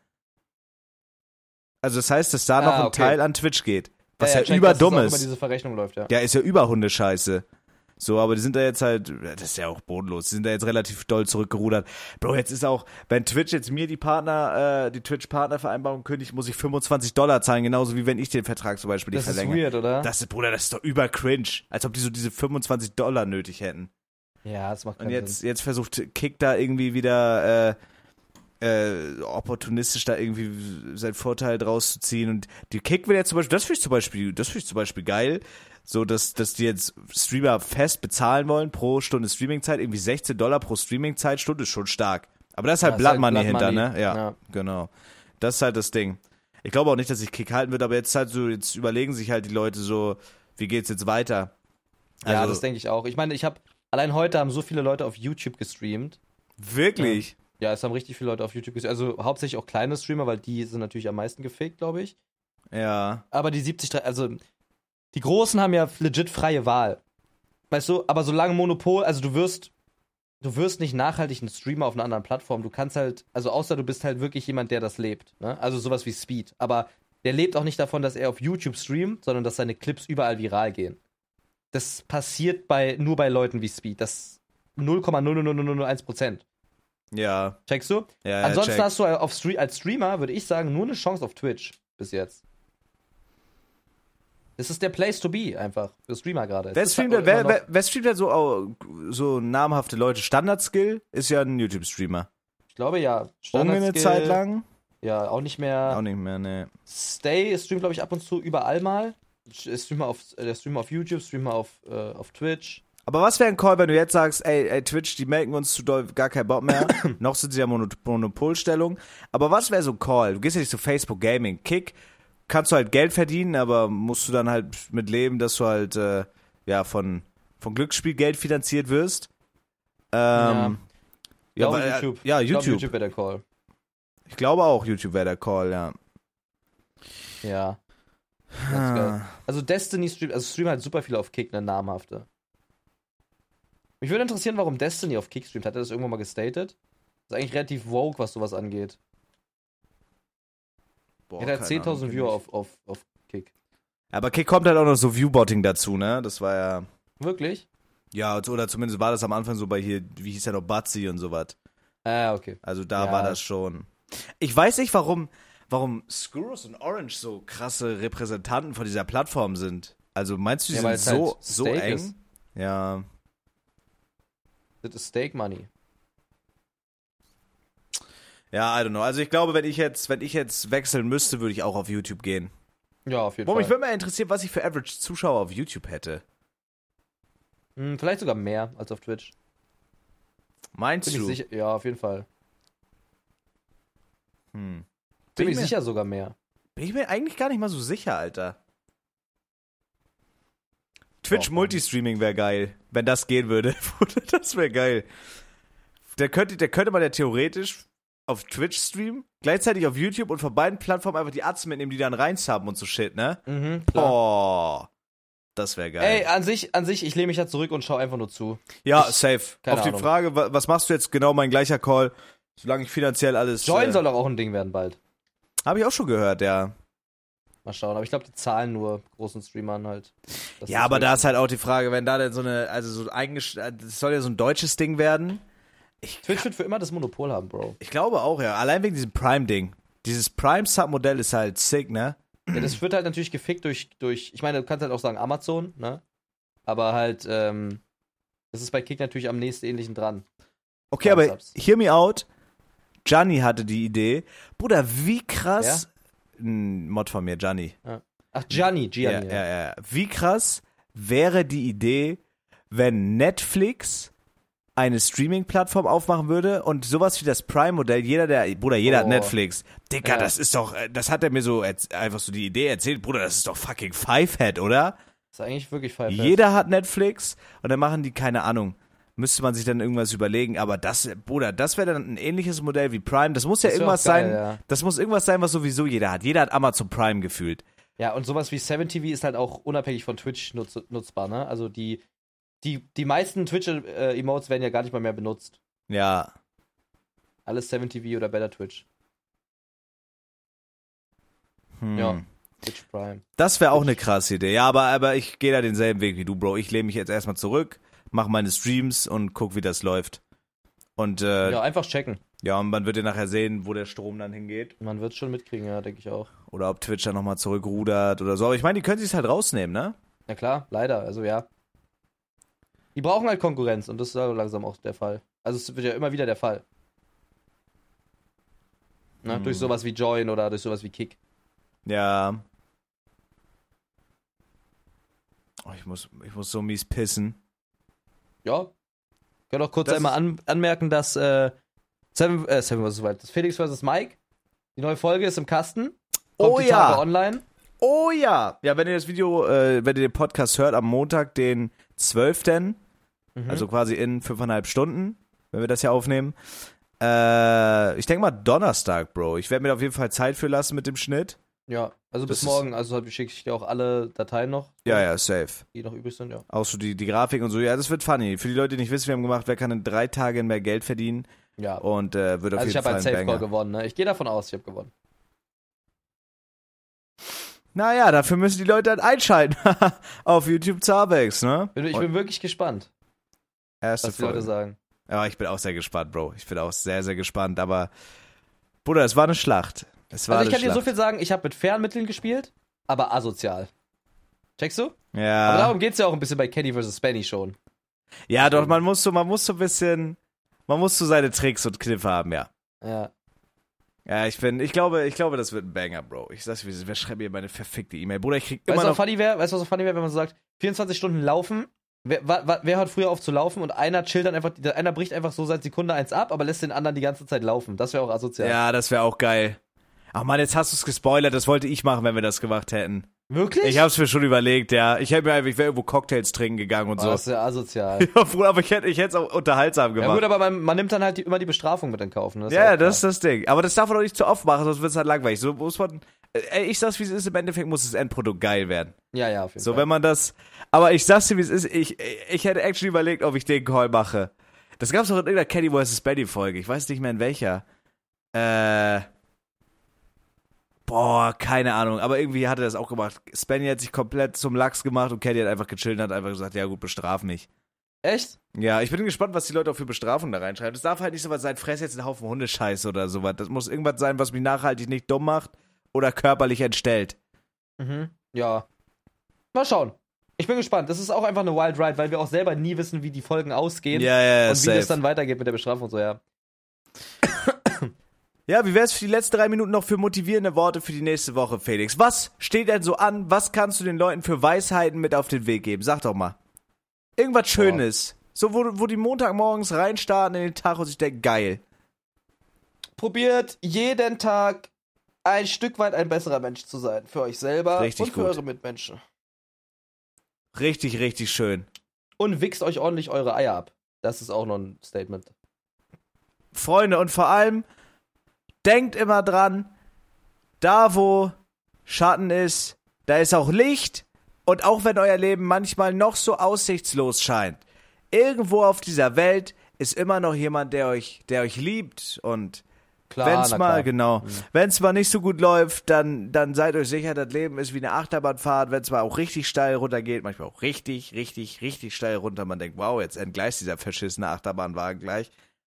Speaker 1: Also das heißt, dass da
Speaker 2: Ah,
Speaker 1: noch ein
Speaker 2: okay.
Speaker 1: Teil an Twitch geht. Was ja,
Speaker 2: check, dass
Speaker 1: überdumm
Speaker 2: das auch
Speaker 1: ist.
Speaker 2: Über diese Verrechnung läuft, ja.
Speaker 1: Ja, ist ja über Hundescheiße. So, aber die sind da jetzt halt, das ist ja auch bodenlos, die sind da jetzt relativ doll zurückgerudert. Bro, jetzt ist auch, wenn Twitch jetzt mir die Partner, äh, die Twitch-Partnervereinbarung kündigt, muss ich 25 Dollar zahlen, genauso wie wenn ich den Vertrag zum Beispiel nicht
Speaker 2: das ist
Speaker 1: verlängere.
Speaker 2: weird, ne? oder?
Speaker 1: Das ist, Bruder, das ist doch über cringe. Als ob die so diese 25 Dollar nötig hätten.
Speaker 2: ja, das macht
Speaker 1: Und
Speaker 2: keinen
Speaker 1: jetzt,
Speaker 2: Sinn.
Speaker 1: jetzt versucht Kick da irgendwie wieder äh, äh, opportunistisch da irgendwie seinen Vorteil draus zu ziehen. Und die Kick will jetzt zum Beispiel, das finde ich zum Beispiel, das finde ich zum Beispiel geil, so dass, dass die jetzt Streamer fest bezahlen wollen pro Stunde Streamingzeit, irgendwie 16 Dollar pro Streamingzeitstunde ist schon stark. Aber das ist halt
Speaker 2: ist
Speaker 1: Blood
Speaker 2: halt
Speaker 1: Money
Speaker 2: Blood
Speaker 1: hinter,
Speaker 2: Money.
Speaker 1: ne? Ja,
Speaker 2: Ja.
Speaker 1: genau. Das ist halt das Ding. Ich glaube auch nicht, dass ich Kick halten wird, aber jetzt halt so, jetzt überlegen sich halt die Leute so, wie geht's jetzt weiter?
Speaker 2: ja,
Speaker 1: also
Speaker 2: das denke ich auch. Ich meine, ich habe allein heute haben so viele Leute auf YouTube gestreamt.
Speaker 1: Wirklich?
Speaker 2: Ja, es haben richtig viele Leute auf YouTube gestreamt. Also hauptsächlich auch kleine Streamer, weil die sind natürlich am meisten gefickt, glaube ich.
Speaker 1: Ja.
Speaker 2: Aber die 70, drei- also die Großen haben ja legit freie Wahl. Weißt du, aber solange Monopol, also du wirst, du wirst nicht nachhaltig ein Streamer auf einer anderen Plattform. Du kannst halt, also außer du bist halt wirklich jemand, der das lebt. Ne? Also sowas wie Speed. Aber der lebt auch nicht davon, dass er auf YouTube streamt, sondern dass seine Clips überall viral gehen. Das passiert bei, nur bei Leuten wie Speed. Das 0,00001 Prozent.
Speaker 1: Ja.
Speaker 2: Checkst du?
Speaker 1: Ja, ja,
Speaker 2: Ansonsten
Speaker 1: Äh, check.
Speaker 2: hast du auf Stre als Streamer, würde ich sagen, nur eine Chance auf Twitch bis jetzt. Es ist der Place to be einfach für Streamer gerade. Es
Speaker 1: Wer
Speaker 2: ist
Speaker 1: streamt, denn-
Speaker 2: halt
Speaker 1: wer,
Speaker 2: immer noch-
Speaker 1: wer, wer streamt denn so, au- so namhafte Leute? Standard-Skill ist ja ein YouTube-Streamer.
Speaker 2: Ich glaube ja.
Speaker 1: Unge eine
Speaker 2: Standard-Skill,
Speaker 1: Zeit lang?
Speaker 2: Ja, auch nicht mehr.
Speaker 1: Auch nicht mehr, ne.
Speaker 2: Stay streamt, glaube ich, ab und zu überall mal. Streamer auf, äh, der Streamer auf YouTube, Streamer auf, äh, auf Twitch.
Speaker 1: Aber was wäre ein Call, wenn du jetzt sagst, ey, ey Twitch, die melken uns zu doll, gar kein Bock mehr. Noch sind sie ja Mono Monopolstellung. Aber was wäre so ein Call? Du gehst ja nicht zu Facebook Gaming. Kick, kannst du halt Geld verdienen, aber musst du dann halt mit leben, dass du halt, äh, ja, von, von Glücksspielgeld finanziert wirst. Ähm,
Speaker 2: Ich glaube,
Speaker 1: aber, äh,
Speaker 2: YouTube.
Speaker 1: ja,
Speaker 2: Ich glaube,
Speaker 1: YouTube.
Speaker 2: YouTube wäre der Call.
Speaker 1: Ich glaube auch, YouTube wäre der Call, ja.
Speaker 2: Ja.
Speaker 1: Hm.
Speaker 2: Ganz
Speaker 1: Ah.
Speaker 2: geil. Also Destiny streamt, also streamt halt super viel auf Kick, eine namhafte. Mich würde interessieren, warum Destiny auf Kick streamt. Hat er das irgendwann mal gestated? Ist eigentlich relativ vogue, was sowas angeht.
Speaker 1: Boah,
Speaker 2: er hat
Speaker 1: keine
Speaker 2: halt 10.000
Speaker 1: Ahnung.
Speaker 2: Viewer auf, auf, auf Kick.
Speaker 1: Aber Kick kommt halt auch noch so Viewbotting dazu, ne? Das war ja.
Speaker 2: Wirklich?
Speaker 1: Ja, oder zumindest war das am Anfang so bei hier, wie hieß er noch, Batzi und sowas.
Speaker 2: Ah, okay.
Speaker 1: Also da
Speaker 2: Ja.
Speaker 1: war das schon. Ich weiß nicht, warum, warum Skurrus und Orange so krasse Repräsentanten von dieser Plattform sind. Also meinst du, die
Speaker 2: Ja, weil
Speaker 1: sind
Speaker 2: es
Speaker 1: so,
Speaker 2: halt
Speaker 1: so
Speaker 2: Steak
Speaker 1: eng?
Speaker 2: ist.
Speaker 1: Ja.
Speaker 2: Das ist Stake Money.
Speaker 1: Ja, I don't know. Also ich glaube, wenn ich jetzt, wenn ich jetzt wechseln müsste, würde ich auch auf YouTube gehen.
Speaker 2: Ja, auf jeden
Speaker 1: Warum, ich
Speaker 2: Fall.
Speaker 1: würde mal interessieren, was ich für Average Zuschauer auf YouTube hätte.
Speaker 2: Hm, vielleicht sogar mehr als auf Twitch.
Speaker 1: Meinst
Speaker 2: Bin ich
Speaker 1: du?
Speaker 2: sicher. Ja, auf jeden Fall.
Speaker 1: Hm. Bin
Speaker 2: Bin
Speaker 1: ich
Speaker 2: ich
Speaker 1: mir-
Speaker 2: sicher sogar mehr.
Speaker 1: Bin ich mir eigentlich gar nicht mal so sicher, Alter. Twitch
Speaker 2: Doch, Mann.
Speaker 1: Multistreaming wäre geil, wenn das gehen würde. Bruder, das wäre geil. Da könnte, da könnte man ja theoretisch auf Twitch streamen, gleichzeitig auf YouTube und von beiden Plattformen einfach die Atzen mitnehmen, die dann reinzappen und so shit, ne?
Speaker 2: Mhm,
Speaker 1: Boah. Das wäre geil.
Speaker 2: Ey, an sich, an sich, ich lehne mich da zurück und schaue einfach nur zu.
Speaker 1: ja,
Speaker 2: ich-
Speaker 1: safe.
Speaker 2: keine
Speaker 1: Auf die
Speaker 2: Ahnung.
Speaker 1: Frage, wa- was machst du jetzt genau mein gleicher Call, solange ich finanziell alles.
Speaker 2: Join
Speaker 1: äh,
Speaker 2: soll doch auch ein Ding werden bald.
Speaker 1: Habe ich auch schon gehört, ja.
Speaker 2: Mal schauen. Aber ich glaube, die zahlen nur großen Streamern halt. Das
Speaker 1: Ja, aber da ist halt auch die Frage, wenn da denn so eine, also so eingesch, das soll ja so ein deutsches Ding werden.
Speaker 2: Twitch wird für immer das Monopol haben, Bro.
Speaker 1: Ich glaube auch, ja. Allein wegen diesem Prime-Ding. Dieses Prime-Sub-Modell ist halt sick, ne?
Speaker 2: Ja, das wird halt natürlich gefickt durch, durch, ich meine, du kannst halt auch sagen Amazon, ne? Aber halt, ähm, das ist bei Kick natürlich am nächsten ähnlichen dran.
Speaker 1: Okay,
Speaker 2: Prime
Speaker 1: aber
Speaker 2: Subs.
Speaker 1: hear me out. Gianni hatte die Idee. Bruder, wie krass. Ein Mod von mir, Gianni.
Speaker 2: Ach, Gianni,
Speaker 1: Ja,
Speaker 2: Gianni.
Speaker 1: ja, ja, ja. Wie krass wäre die Idee, wenn Netflix eine Streaming-Plattform aufmachen würde und sowas wie das Prime-Modell, jeder der, Bruder, jeder hat
Speaker 2: Oh.
Speaker 1: Netflix. Digga,
Speaker 2: Ja.
Speaker 1: das ist doch, äh, das hat er mir so erz- einfach so die Idee erzählt, Bruder, das ist doch fucking Fivehead, oder?
Speaker 2: Ist eigentlich wirklich Five
Speaker 1: Jeder hat Netflix und dann machen die keine Ahnung. Müsste man sich dann irgendwas überlegen, aber das, Bruder, das wäre dann ein ähnliches Modell wie Prime. Das muss ja
Speaker 2: Das wär auch
Speaker 1: irgendwas
Speaker 2: geil,
Speaker 1: sein,
Speaker 2: ja.
Speaker 1: das muss irgendwas sein, was sowieso jeder hat. Jeder hat Amazon Prime gefühlt.
Speaker 2: Ja, und sowas wie 7TV ist halt auch unabhängig von Twitch nutz, nutzbar, ne? Also die, die, die meisten Twitch-Emotes werden ja gar nicht mal mehr benutzt.
Speaker 1: Ja,
Speaker 2: Alles 7TV oder Better Twitch.
Speaker 1: hm.
Speaker 2: Ja. Twitch Prime.
Speaker 1: Das wäre auch eine krasse Idee. Ja, aber, aber ich gehe da denselben Weg wie du, Bro. Ich lehne mich jetzt erstmal zurück, mache meine Streams und guck, wie das läuft. Und äh,
Speaker 2: Ja,
Speaker 1: ja.
Speaker 2: einfach checken.
Speaker 1: und man wird ja nachher sehen, wo der Strom dann hingeht.
Speaker 2: Man wird schon mitkriegen, ja, denke ich auch.
Speaker 1: Oder ob Twitch dann nochmal zurückrudert oder so. Aber ich meine, die können sich halt rausnehmen, ne?
Speaker 2: Na klar, leider, also ja. Die brauchen halt Konkurrenz und das ist halt langsam auch der Fall. Also es wird ja immer wieder der Fall. Ne?
Speaker 1: Hm.
Speaker 2: Durch sowas wie Join oder durch sowas wie Kick.
Speaker 1: Ja. Oh, ich, muss, ich muss so mies pissen.
Speaker 2: Ja. Ich kann auch kurz
Speaker 1: Das
Speaker 2: einmal
Speaker 1: ist-
Speaker 2: an, anmerken, dass äh, Seven, äh, Seven vs. Wild. Das Felix vs. Mike. Die neue Folge ist im Kasten. Kommt
Speaker 1: Oh
Speaker 2: die Tage
Speaker 1: ja.
Speaker 2: online.
Speaker 1: Oh ja. Ja, wenn ihr das Video, äh, wenn ihr den Podcast hört am Montag, den 12.
Speaker 2: Mhm.
Speaker 1: Also quasi in fünfeinhalb Stunden, wenn wir das hier aufnehmen. Äh, ich denke mal Donnerstag, Bro. Ich werde mir da auf jeden Fall Zeit für lassen mit dem Schnitt.
Speaker 2: ja, also
Speaker 1: das
Speaker 2: bis
Speaker 1: ist-
Speaker 2: morgen. Also schicke ich dir auch alle Dateien noch,
Speaker 1: Ja, ja, safe.
Speaker 2: die noch übrig sind, ja.
Speaker 1: Auch so die, die Grafik und so. Ja, das wird funny. Für die Leute, die nicht wissen, wir haben gemacht, wer kann in drei Tagen mehr Geld verdienen
Speaker 2: Ja.
Speaker 1: und äh, wird auf
Speaker 2: also ich
Speaker 1: jeden
Speaker 2: habe
Speaker 1: Fall
Speaker 2: ein
Speaker 1: ein
Speaker 2: Safe Call
Speaker 1: Banger.
Speaker 2: gewonnen, ne? Ich gehe davon aus, ich habe gewonnen.
Speaker 1: Naja, dafür müssen die Leute halt einschalten. auf YouTube Zabex, ne?
Speaker 2: Bin, ich
Speaker 1: Und
Speaker 2: bin wirklich gespannt,
Speaker 1: erste
Speaker 2: was die Leute
Speaker 1: Folge.
Speaker 2: sagen.
Speaker 1: Ja, ich bin auch sehr gespannt, Bro. Ich bin auch sehr, sehr gespannt. Aber, Bruder, es war eine Schlacht. Es war
Speaker 2: Also ich kann
Speaker 1: eine
Speaker 2: dir so
Speaker 1: Schlacht.
Speaker 2: viel sagen, ich habe mit Fernmitteln gespielt, aber asozial. Checkst du?
Speaker 1: ja.
Speaker 2: Aber darum geht's ja auch ein bisschen bei Kenny vs. Benny schon.
Speaker 1: Ja, doch, man muss so, man muss so ein bisschen, man muss so seine Tricks und Kniffe haben, ja.
Speaker 2: Ja.
Speaker 1: Ja, ich bin, ich glaube, ich glaube, das wird ein Banger, Bro. Ich sag's, dir, wer schreibt mir meine verfickte E-Mail? Bruder, ich krieg
Speaker 2: Weißt
Speaker 1: immer
Speaker 2: du, was
Speaker 1: noch.
Speaker 2: funny wäre? Weißt du, was so funny wäre, wenn man so sagt, 24 Stunden laufen, wer, wa, wa, wer hört früher auf zu laufen und einer chillt dann einfach, einer bricht einfach so seit Sekunde eins ab, aber lässt den anderen die ganze Zeit laufen. Das wäre auch asozial.
Speaker 1: Ja, das wäre auch geil. Ach man, jetzt hast du's gespoilert, das wollte ich machen, wenn wir das gemacht hätten.
Speaker 2: Wirklich?
Speaker 1: Ich hab's mir schon überlegt, ja. Ich hätte mir einfach, ich wäre irgendwo Cocktails trinken gegangen und
Speaker 2: oh,
Speaker 1: so.
Speaker 2: Das ist ja asozial.
Speaker 1: Ja, Bruder, aber ich hätte ich hätt's auch unterhaltsam
Speaker 2: ja
Speaker 1: gemacht.
Speaker 2: gut, aber man, man nimmt dann halt die, immer die Bestrafung mit in Kauf. Ne?
Speaker 1: Ja,
Speaker 2: ja
Speaker 1: ja,
Speaker 2: auch
Speaker 1: das ist
Speaker 2: klar.
Speaker 1: das Ding. Aber das darf man doch nicht zu oft machen, sonst wird's halt langweilig. So muss man. äh, Ey, ich sag's, wie es ist, im Endeffekt muss das Endprodukt geil werden.
Speaker 2: Ja, ja, auf jeden
Speaker 1: So,
Speaker 2: Fall.
Speaker 1: wenn man das. Aber ich sag's dir, wie es ist. Ich, ich hätte actually überlegt, ob ich den Call mache. Das gab's doch in irgendeiner Kenny vs. Benny-Folge. Ich weiß nicht mehr in welcher. Äh. Boah, keine Ahnung. Aber irgendwie hat er das auch gemacht. Spenny hat sich komplett zum Lachs gemacht und Kenny hat einfach gechillt und hat einfach gesagt: Ja, gut, bestraf mich.
Speaker 2: Echt?
Speaker 1: Ja, ich bin gespannt, was die Leute auch für Bestrafung da reinschreiben. Das darf halt nicht sowas sein, fress jetzt einen Haufen Hundescheiß oder sowas. Das muss irgendwas sein, was mich nachhaltig nicht dumm macht oder körperlich entstellt.
Speaker 2: Mhm. Ja. Mal schauen. Ich bin gespannt. Das ist auch einfach eine Wild Ride, weil wir auch selber nie wissen, wie die Folgen ausgehen
Speaker 1: ja,
Speaker 2: und wie das dann weitergeht mit der Bestrafung und so, ja.
Speaker 1: Ja, wie wär's für die letzten drei Minuten noch für motivierende Worte für die nächste Woche, Felix? Was steht denn so an? Was kannst du den Leuten für Weisheiten mit auf den Weg geben? Sag doch mal. Irgendwas Schönes. So, wo, wo die Montagmorgens reinstarten in den Tag und sich denken, geil.
Speaker 2: Probiert jeden Tag ein Stück weit ein besserer Mensch zu sein. Für euch selber
Speaker 1: Richtig
Speaker 2: und für
Speaker 1: gut.
Speaker 2: eure Mitmenschen.
Speaker 1: Richtig, richtig schön.
Speaker 2: Und wichst euch ordentlich eure Eier ab. Das ist auch noch ein Statement.
Speaker 1: Freunde, und vor allem, denkt immer dran, da wo Schatten ist, da ist auch Licht. Und auch wenn euer Leben manchmal noch so aussichtslos scheint, irgendwo auf dieser Welt ist immer noch jemand, der euch, der euch liebt. Und
Speaker 2: Klar,
Speaker 1: wenn es
Speaker 2: na
Speaker 1: mal,
Speaker 2: klar. Mhm.
Speaker 1: genau, wenn es mal nicht so gut läuft, dann, dann seid euch sicher, das Leben ist wie eine Achterbahnfahrt. Wenn es mal auch richtig steil runtergeht, manchmal auch richtig, richtig, richtig steil runter, man denkt, wow, jetzt entgleist dieser verschissene Achterbahnwagen gleich.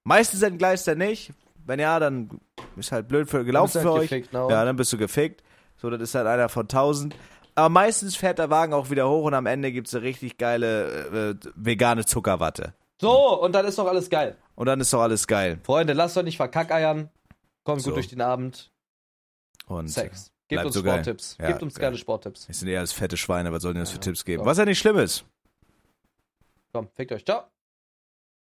Speaker 1: Meistens entgleist er nicht. Wenn ja, dann ist halt blöd für gelaufen
Speaker 2: halt
Speaker 1: für euch.
Speaker 2: gefickt, ne?
Speaker 1: Ja, dann bist du gefickt. So, das ist halt einer von tausend. Aber meistens fährt der Wagen auch wieder hoch und am Ende gibt's eine richtig geile äh, äh, vegane Zuckerwatte.
Speaker 2: So, und dann ist doch alles geil.
Speaker 1: Und dann ist doch alles geil.
Speaker 2: Freunde, lasst euch nicht verkackeiern. Kommt
Speaker 1: So.
Speaker 2: gut durch den Abend.
Speaker 1: Und
Speaker 2: Sex.
Speaker 1: bleibt
Speaker 2: Gebt uns
Speaker 1: so geil.
Speaker 2: Sporttipps.
Speaker 1: Ja,
Speaker 2: Gebt uns
Speaker 1: geil.
Speaker 2: geile Sporttipps.
Speaker 1: Das sind eher als fette Schweine, was sollen die uns für Tipps geben?
Speaker 2: doch.
Speaker 1: Was ja nicht schlimm ist.
Speaker 2: Komm, fickt euch. Ciao.